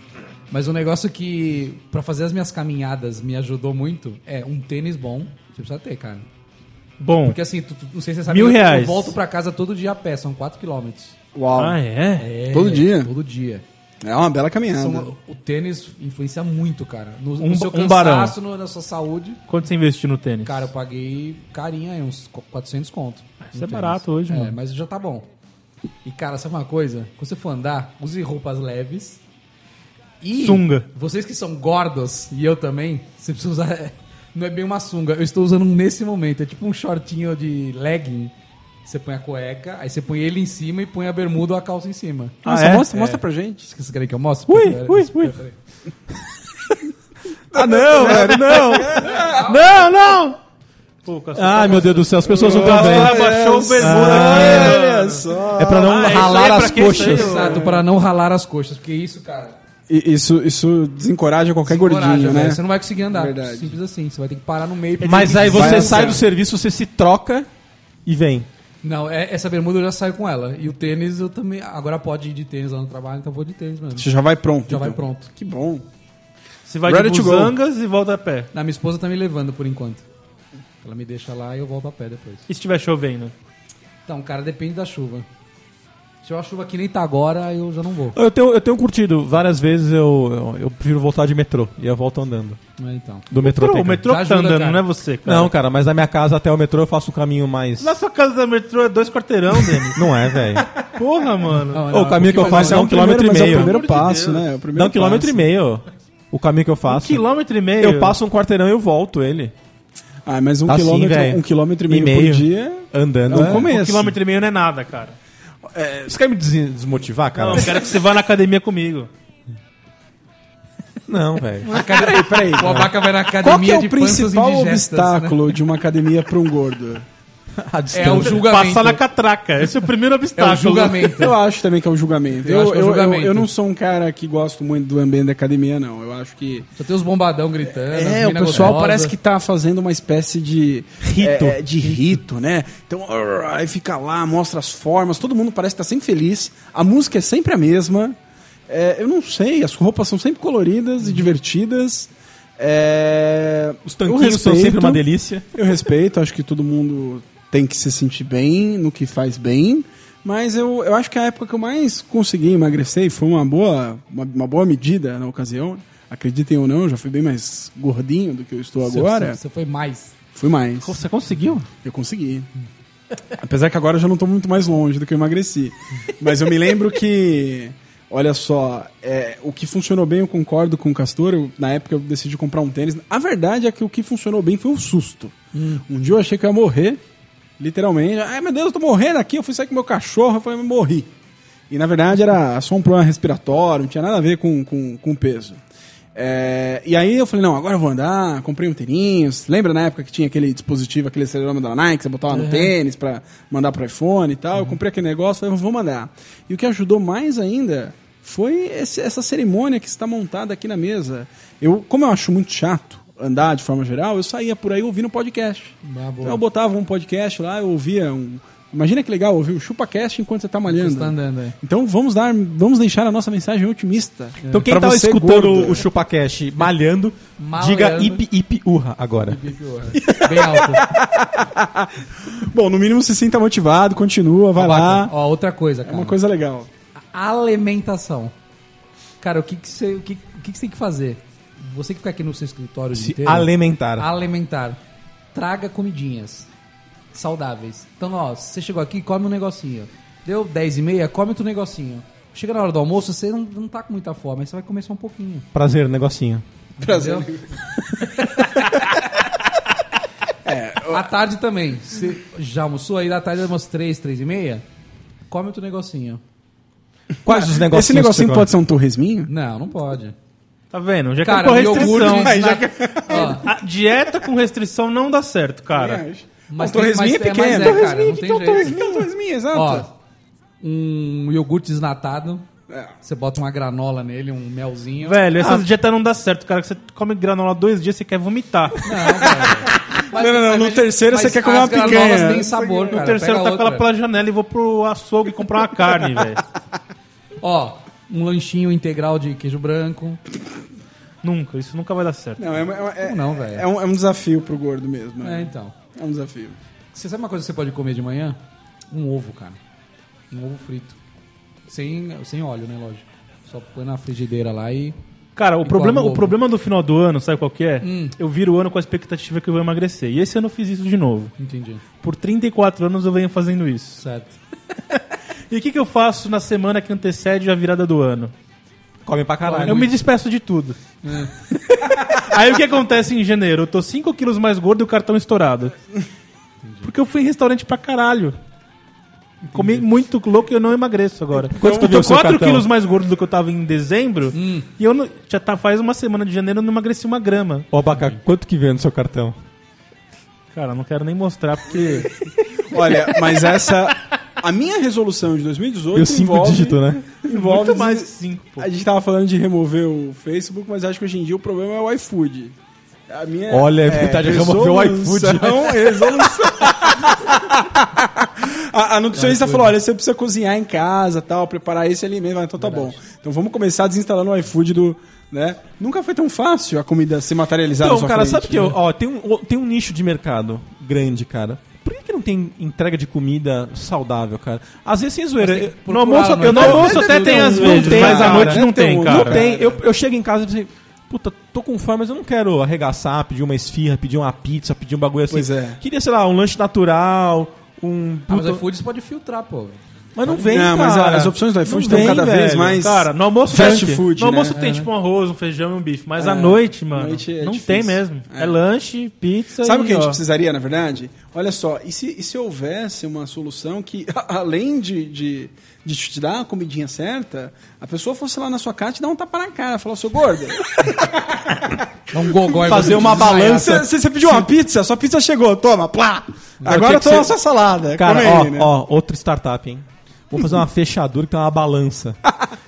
Speaker 4: Mas um negócio que, pra fazer as minhas caminhadas, me ajudou muito é um tênis bom. Você precisa ter, cara.
Speaker 3: Bom.
Speaker 4: Porque assim, tu, tu- não sei se você sabe,
Speaker 3: Mil
Speaker 4: eu,
Speaker 3: reais.
Speaker 4: eu volto pra casa todo dia a pé, são 4km.
Speaker 5: Uau.
Speaker 3: Ah, é?
Speaker 5: Todo dia?
Speaker 4: Todo dia.
Speaker 5: É uma bela caminhada.
Speaker 4: São- o tênis influencia muito, cara. No,
Speaker 3: Um
Speaker 4: no seu
Speaker 3: ba- um barão.
Speaker 4: cansaço, no- na sua saúde.
Speaker 3: Quanto você investiu no tênis?
Speaker 4: Cara, eu paguei carinha aí, uns co- 400 conto.
Speaker 3: isso é barato hoje,
Speaker 4: é,
Speaker 3: mano.
Speaker 4: mas já tá bom. E, cara, sabe uma coisa? Quando você for andar, use roupas leves. E
Speaker 3: Sunga.
Speaker 4: vocês que são gordos, e eu também, você precisa usar... Não é bem uma sunga, eu estou usando um nesse momento. É tipo um shortinho de legging. Você põe a cueca, aí você põe ele em cima e põe a bermuda ou a calça em cima.
Speaker 5: Nossa,
Speaker 3: Ah, é?
Speaker 5: mostra, mostra pra gente.
Speaker 4: Vocês querem que eu mostre? Ui,
Speaker 2: ui, ui. Ah, não, velho, não. Não, não.
Speaker 3: Pô, o Castor
Speaker 2: Ai, meu Deus do céu, as pessoas não estão
Speaker 3: Castor
Speaker 2: vendo.
Speaker 3: abaixou o bermuda aqui, mano.
Speaker 5: É, Olha só.
Speaker 2: É pra não
Speaker 3: Ah, isso aí é
Speaker 2: ralar
Speaker 3: pra
Speaker 2: as
Speaker 3: quem
Speaker 2: coxas.
Speaker 3: saiu.
Speaker 4: Exato, para não ralar as coxas. Porque isso, cara...
Speaker 5: I- Isso, isso desencoraja qualquer
Speaker 4: Coragem,
Speaker 5: gordinho,
Speaker 4: velho.
Speaker 5: né?
Speaker 4: Você não vai conseguir andar.
Speaker 5: Verdade.
Speaker 4: Simples assim. Você vai ter que parar no meio.
Speaker 2: Mas aí
Speaker 5: Vai
Speaker 2: você
Speaker 5: andar.
Speaker 2: sai do serviço, você se troca e vem.
Speaker 4: Não, é- essa bermuda eu já saio com ela. E o tênis eu também. Agora pode ir de tênis lá no trabalho, então eu vou de tênis mesmo.
Speaker 5: Você já vai pronto.
Speaker 4: Já vai
Speaker 5: então.
Speaker 4: pronto.
Speaker 5: Que bom.
Speaker 3: Você vai
Speaker 5: Ready
Speaker 3: de
Speaker 5: to go.
Speaker 3: busangas e volta a pé.
Speaker 4: Na minha esposa tá me levando por enquanto. Ela me deixa lá e eu volto a pé depois.
Speaker 3: E se estiver chovendo?
Speaker 4: Então, cara, depende da chuva. Se eu a chuva que nem tá agora, eu já não vou.
Speaker 2: Eu tenho, eu tenho curtido. Várias vezes eu, eu, eu prefiro voltar de metrô. E eu volto andando.
Speaker 4: Mas então.
Speaker 2: Do metrô.
Speaker 3: Pô,
Speaker 2: até
Speaker 3: o
Speaker 2: cá.
Speaker 3: metrô
Speaker 4: Já
Speaker 3: que tá
Speaker 4: ajuda,
Speaker 3: andando,
Speaker 4: cara.
Speaker 3: não é você, cara.
Speaker 2: Não, cara, mas da minha casa até o metrô eu faço o caminho mais.
Speaker 3: Na sua casa da metrô é dois quarteirão, Denis.
Speaker 2: Não é, velho.
Speaker 3: Porra, mano.
Speaker 4: Não,
Speaker 2: Ô,
Speaker 5: Ah,
Speaker 4: não,
Speaker 2: o caminho que eu
Speaker 4: pouquinho mais
Speaker 2: faço é um
Speaker 4: longe.
Speaker 2: quilômetro e
Speaker 5: mas é o
Speaker 2: meio.
Speaker 5: primeiro
Speaker 3: Pelo amor de
Speaker 5: passo,
Speaker 3: Deus.
Speaker 5: né? É o primeiro
Speaker 2: Dá um quilômetro e
Speaker 5: passo.
Speaker 2: meio. O caminho que eu faço.
Speaker 3: Quilômetro e meio.
Speaker 2: Eu passo um quarteirão e eu volto ele.
Speaker 5: Ah, mas um,
Speaker 2: Tá assim,
Speaker 5: quilômetro,
Speaker 2: velho.
Speaker 5: um quilômetro e meio, por dia.
Speaker 2: Andando.
Speaker 5: É um começo.
Speaker 3: Um quilômetro e meio não é nada, cara.
Speaker 2: É, Você quer me des- desmotivar, cara?
Speaker 3: Não, eu quero que você vá na academia comigo.
Speaker 2: Não, velho.
Speaker 5: Peraí, peraí.
Speaker 4: O abaca vai na academia
Speaker 5: Qual que é
Speaker 4: de
Speaker 5: o
Speaker 4: panças
Speaker 5: principal
Speaker 4: indigestas, né?
Speaker 5: obstáculo de uma academia pra um gordo?
Speaker 2: A
Speaker 4: É o
Speaker 2: distância.
Speaker 4: julgamento.
Speaker 3: Passar na catraca. Esse é o primeiro
Speaker 4: É
Speaker 3: obstáculo.
Speaker 4: o julgamento.
Speaker 5: Eu acho também que é um julgamento.
Speaker 4: Eu
Speaker 5: Eu,
Speaker 4: acho que é um
Speaker 5: eu- eu-
Speaker 4: julgamento.
Speaker 5: eu não sou um cara que gosto muito do ambiente da academia, não. Eu acho que.
Speaker 4: Só tem os bombadão gritando. as
Speaker 5: É, o
Speaker 4: mina
Speaker 5: pessoal
Speaker 4: gostosa.
Speaker 5: parece que tá fazendo uma espécie de.
Speaker 2: Rito.
Speaker 5: é, de rito, né? Então, arr, aí fica lá, mostra as formas, todo mundo parece que tá sempre feliz, a música é sempre a mesma. É, eu não sei, as roupas são sempre coloridas e divertidas. É,
Speaker 2: Os tanquinhos são sempre uma delícia.
Speaker 5: eu respeito, acho que todo mundo tem que se sentir bem no que faz bem, Mas eu, eu acho que a época que eu mais consegui emagrecer e foi uma boa, uma, uma boa medida na ocasião. Acreditem ou não, eu já fui bem mais gordinho do que eu estou agora.
Speaker 4: Você foi mais.
Speaker 5: Fui mais.
Speaker 3: Você conseguiu?
Speaker 5: Eu consegui. Apesar que agora eu já não tô muito mais longe do que eu emagreci. Mas eu me lembro que, olha só, é, o que funcionou bem, eu concordo com o Castor. eu- na época eu decidi comprar um tênis. A verdade é que o que funcionou bem foi o susto. Um dia eu achei que eu ia morrer, literalmente. Ai meu Deus, eu tô morrendo aqui. Eu fui sair com meu cachorro, eu falei, "Eu morri. E na verdade era só um problema respiratório, não tinha nada a ver com, com, com peso. É, e aí eu falei, não, agora eu vou andar, comprei um tênis. Lembra na época que tinha aquele dispositivo, aquele acelerômetro da Nike, que você botava no tênis pra mandar pro iPhone e tal.
Speaker 4: Uhum.
Speaker 5: Eu comprei aquele negócio, falei, vou mandar. E o que ajudou mais ainda foi esse- essa cerimônia que está montada aqui na mesa. Eu, como eu acho muito chato andar de forma geral, eu saía por aí ouvindo podcast.
Speaker 4: Ah, boa.
Speaker 5: Então eu botava um podcast lá, eu ouvia um. Imagina que legal ouvir o ChupaCast enquanto você tá malhando.
Speaker 4: Você tá andando aí.
Speaker 5: Então vamos dar, vamos deixar a nossa mensagem otimista.
Speaker 4: É.
Speaker 2: Então quem
Speaker 5: Pra
Speaker 2: tava
Speaker 5: você,
Speaker 2: escutando
Speaker 5: gordo.
Speaker 2: o ChupaCast malhando,
Speaker 4: Malhando.
Speaker 2: diga ip ip urra agora.
Speaker 4: Bem alto.
Speaker 5: Bom, no mínimo se sinta motivado, continua, vai lá.
Speaker 4: Ó, outra coisa,
Speaker 5: É
Speaker 4: cara.
Speaker 5: uma coisa legal.
Speaker 4: Alimentação. Cara, o que que você, o que, o que que você tem que fazer? Você que fica aqui no seu escritório o dia
Speaker 2: Se
Speaker 4: inteiro,
Speaker 2: alimentar.
Speaker 4: Ah. alimentar. Traga comidinhas saudáveis. Então, ó, você chegou aqui, come um negocinho. Deu 10 e meia, come outro negocinho. Chega na hora do almoço, você não, não tá com muita fome, aí você vai comer só um pouquinho.
Speaker 2: Prazer, negocinho.
Speaker 4: Prazer. à tarde também. Você já almoçou aí, da tarde umas 3, 3 e meia? Come outro negocinho.
Speaker 2: Quais os negocinhos?
Speaker 5: Esse negocinho pode ser um torresminho?
Speaker 4: Não, não pode.
Speaker 3: Tá vendo? Já
Speaker 4: Cara, um
Speaker 3: que é com
Speaker 4: iogurte,
Speaker 3: restrição.
Speaker 4: mas, na... Ó,
Speaker 3: A dieta com restrição não dá certo, cara.
Speaker 4: É. mas
Speaker 5: Um torresminho
Speaker 4: tem-
Speaker 5: é
Speaker 4: mas é- mas
Speaker 5: pequeno.
Speaker 4: é, cara, não
Speaker 5: que
Speaker 4: tem
Speaker 5: que é um
Speaker 4: jeito.
Speaker 5: torresminho? É um torresminho, exato.
Speaker 4: ó, um iogurte desnatado,
Speaker 5: É.
Speaker 4: você bota uma granola nele, um melzinho.
Speaker 3: Velho, essa dieta não dá certo, cara. que Você come granola dois dias, você quer vomitar.
Speaker 4: Não, velho. Mas-
Speaker 5: Não, não, não,
Speaker 4: mas-
Speaker 5: no
Speaker 4: mas-
Speaker 5: terceiro
Speaker 4: mas
Speaker 5: você quer comer uma
Speaker 4: as granolas
Speaker 5: picanha. tá
Speaker 4: têm sabor,
Speaker 3: o
Speaker 4: tá cara,
Speaker 3: terceiro
Speaker 4: pega
Speaker 3: taco ela
Speaker 4: outra.
Speaker 3: pela janela e vou pro açougue comprar uma carne, velho.
Speaker 4: Ó, um lanchinho integral de queijo branco.
Speaker 3: Nunca, isso nunca vai dar certo.
Speaker 5: Não, é, é- é-
Speaker 4: Como não, velho?
Speaker 5: é um, é um desafio pro gordo mesmo.
Speaker 4: É,
Speaker 5: né?
Speaker 4: então.
Speaker 5: É um desafio.
Speaker 4: Você sabe uma coisa que você pode comer de manhã? Um ovo, cara. Um ovo frito. Sem, sem óleo, né? Lógico. Só põe na frigideira lá e.
Speaker 3: Cara, o
Speaker 4: E
Speaker 3: problema, o
Speaker 4: com ovo. Hum.
Speaker 3: problema do final do ano, sabe qual que é? Eu viro o ano com a expectativa que eu vou emagrecer. E esse ano eu fiz isso de novo.
Speaker 4: Entendi.
Speaker 3: Por 34 anos eu venho fazendo isso.
Speaker 4: Certo.
Speaker 3: E o que, que eu faço na semana que antecede a virada do ano?
Speaker 2: Come pra caralho.
Speaker 3: Eu me despeço de tudo.
Speaker 2: É.
Speaker 3: Aí o que acontece em janeiro? Eu tô 5 quilos mais gordo e o cartão estourado. Porque eu fui em restaurante pra caralho. Comi muito louco e eu não emagreço agora.
Speaker 2: Quanto que
Speaker 3: eu
Speaker 2: deu o
Speaker 3: tô
Speaker 2: seu
Speaker 3: 4
Speaker 2: cartão? Hum.
Speaker 3: quilos mais gordo do que eu tava em dezembro. E eu não- já tá, faz uma semana de janeiro eu não emagreci uma grama.
Speaker 2: Ô, Abaca, quanto que vem no seu cartão?
Speaker 3: Cara, não quero nem mostrar porque.
Speaker 5: Olha, mas essa. A minha resolução de 2018
Speaker 2: Deu cinco
Speaker 5: envolve,
Speaker 2: dígitos, né?
Speaker 5: envolve
Speaker 3: Muito mais que cinco,
Speaker 2: Tipo,
Speaker 3: pô.
Speaker 5: A gente tava falando de remover o Facebook, mas acho que hoje em dia o problema é o iFood. A minha
Speaker 2: Olha, é verdade, remover o
Speaker 5: resolução- é
Speaker 2: iFood. né?
Speaker 5: resolução. a, a
Speaker 2: É,
Speaker 5: nutricionista falou: olha, você precisa cozinhar em casa tal, preparar esse alimento. Ah, Então tá bom. Então vamos começar desinstalando o iFood do. Né? Nunca foi tão fácil a comida ser materializada. na
Speaker 2: Então,
Speaker 5: sua
Speaker 2: cara,
Speaker 5: frente,
Speaker 2: sabe que
Speaker 5: né?
Speaker 2: eu, ó, tem um, ó, tem um nicho de mercado grande, cara. Por que, que não tem entrega de comida saudável, cara? Às vezes sem zoeira.
Speaker 4: tem
Speaker 2: eu-
Speaker 4: que
Speaker 2: No
Speaker 4: procurar,
Speaker 2: almoço,
Speaker 4: não é?
Speaker 2: eu no
Speaker 4: Não,
Speaker 2: almoço
Speaker 3: não
Speaker 2: até
Speaker 3: tem,
Speaker 2: tem
Speaker 3: não
Speaker 2: às
Speaker 3: tem,
Speaker 2: vezes,
Speaker 3: mas à
Speaker 2: cara.
Speaker 3: noite não tem, cara.
Speaker 2: Não tem. Eu, eu chego em casa e pensei, puta, tô com fome, mas eu não quero arregaçar, pedir uma esfirra, pedir uma pizza, pedir um bagulho assim.
Speaker 5: Pois é.
Speaker 2: Queria, sei lá, um lanche natural, um.
Speaker 4: Ah, mas
Speaker 2: puta-
Speaker 4: o iFood você pode filtrar, pô.
Speaker 2: mas não vem,
Speaker 5: Não,
Speaker 2: cara.
Speaker 5: mas ah, as opções do iFood
Speaker 2: Não
Speaker 5: estão
Speaker 2: vem,
Speaker 5: cada vez
Speaker 2: velho.
Speaker 5: mais-
Speaker 3: Cara, no almoço
Speaker 5: Fast
Speaker 3: tem-
Speaker 5: food,
Speaker 3: No almoço
Speaker 5: né?
Speaker 3: tem
Speaker 4: É,
Speaker 3: tipo um arroz, um feijão e um bife. Mas
Speaker 5: É,
Speaker 3: à noite, mano,
Speaker 5: noite é
Speaker 3: não
Speaker 5: difícil.
Speaker 3: tem mesmo. É.
Speaker 5: É.
Speaker 3: lanche, pizza
Speaker 5: Sabe o
Speaker 3: e,
Speaker 5: que a gente
Speaker 3: ó,
Speaker 5: precisaria, na verdade? Olha só, e se, e se houvesse uma solução que, além de, de, de te dar a comidinha certa, a pessoa fosse lá na sua casa e te dar um tapa na cara, falar, seu gordo,
Speaker 4: Dá um gogó e
Speaker 2: Fazer
Speaker 4: você
Speaker 2: uma
Speaker 4: desmaiar.
Speaker 2: balança.
Speaker 5: você você pediu uma pizza, sua pizza chegou, toma, plá!
Speaker 2: tinha
Speaker 5: Agora
Speaker 2: que
Speaker 5: toma
Speaker 2: ser-
Speaker 5: sua salada,
Speaker 2: Cara,
Speaker 5: come
Speaker 2: ó,
Speaker 5: aí, né?
Speaker 2: ó, outra startup, hein? Vou fazer uma fechadura que tem uma balança.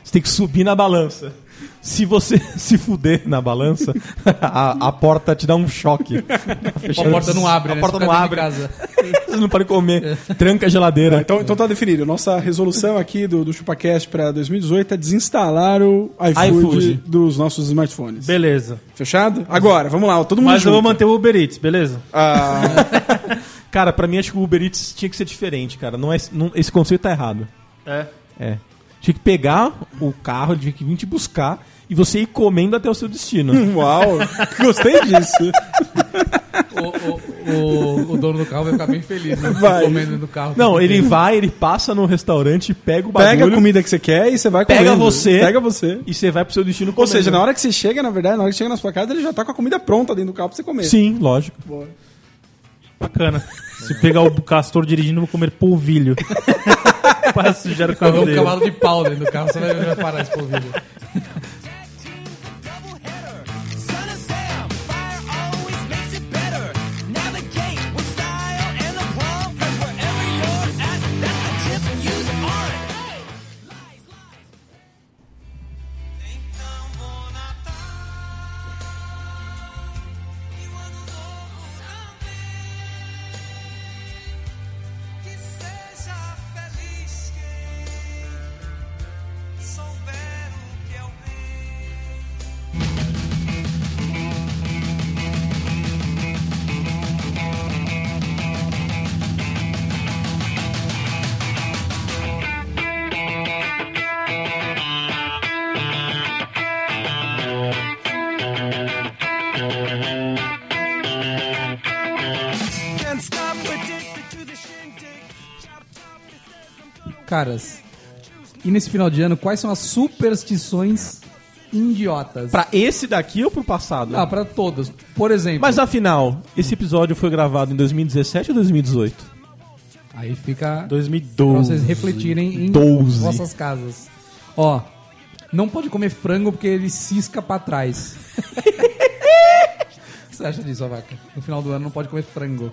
Speaker 2: Você tem que subir na balança. Se você se fuder na balança, a, a porta te dá um choque.
Speaker 4: A porta não abre,
Speaker 2: A
Speaker 4: né?
Speaker 2: porta
Speaker 4: Você
Speaker 2: não
Speaker 4: fica
Speaker 2: abre.
Speaker 4: dentro de casa.
Speaker 2: Você não pode comer. Tranca a geladeira.
Speaker 5: Então, então tá definido, nossa resolução aqui do, do ChupaCast pra 2018 é desinstalar o iFood,
Speaker 2: iFood.
Speaker 5: dos nossos smartphones.
Speaker 3: Beleza.
Speaker 2: Um
Speaker 5: Fechado? Agora, vamos lá, todo mundo
Speaker 3: Mas eu vou
Speaker 5: junto.
Speaker 3: manter o Uber Eats, beleza?
Speaker 5: Ah,
Speaker 2: Cara, pra mim acho que o Uber Eats tinha que ser diferente, cara. Não é, não- esse conceito tá errado.
Speaker 3: É.
Speaker 2: É. Tinha que pegar o carro, ele tinha que vir te buscar e você ir comendo até o seu destino.
Speaker 5: Uau, gostei disso.
Speaker 4: O, o- o- o dono do carro vai ficar bem feliz, né?
Speaker 5: Vai.
Speaker 4: Comendo no carro. Tá
Speaker 2: Não, ele vai, ele passa no restaurante, pega o
Speaker 5: Pega a
Speaker 2: bagulho
Speaker 5: comida que você quer e você vai
Speaker 2: Pega
Speaker 5: comendo.
Speaker 2: você.
Speaker 5: Pega você.
Speaker 2: e você vai pro seu destino
Speaker 5: Ou seja, na hora que você chega, na verdade, na hora que chega na sua casa, ele já tá com a comida pronta dentro do carro pra você comer.
Speaker 2: Sim, lógico.
Speaker 3: Bacana. Se pegar o castor dirigindo, eu vou comer polvilho. Para sujar o
Speaker 4: Vai ver
Speaker 3: cabelo
Speaker 4: um
Speaker 3: dele.
Speaker 4: cavalo de pau dentro do carro, você vai, vai parar esse polvilho.
Speaker 6: Que seja feliz quem souber o que é o bem. Can't stop addicted to the shindig. Chop chop, it says I'm gonna
Speaker 4: Caras, e nesse final de ano, quais são as superstições idiotas?
Speaker 2: Pra esse daqui ou pro passado?
Speaker 4: Ah, pra todas. Por exemplo.
Speaker 2: Mas afinal, esse episódio foi gravado em 2017 ou 2018?
Speaker 4: Aí fica
Speaker 2: 2012.
Speaker 4: pra vocês refletirem em
Speaker 2: Doze.
Speaker 4: vossas casas. Ó, não pode comer frango porque ele cisca pra trás. O que você acha disso, vaca? No final do ano não pode comer frango.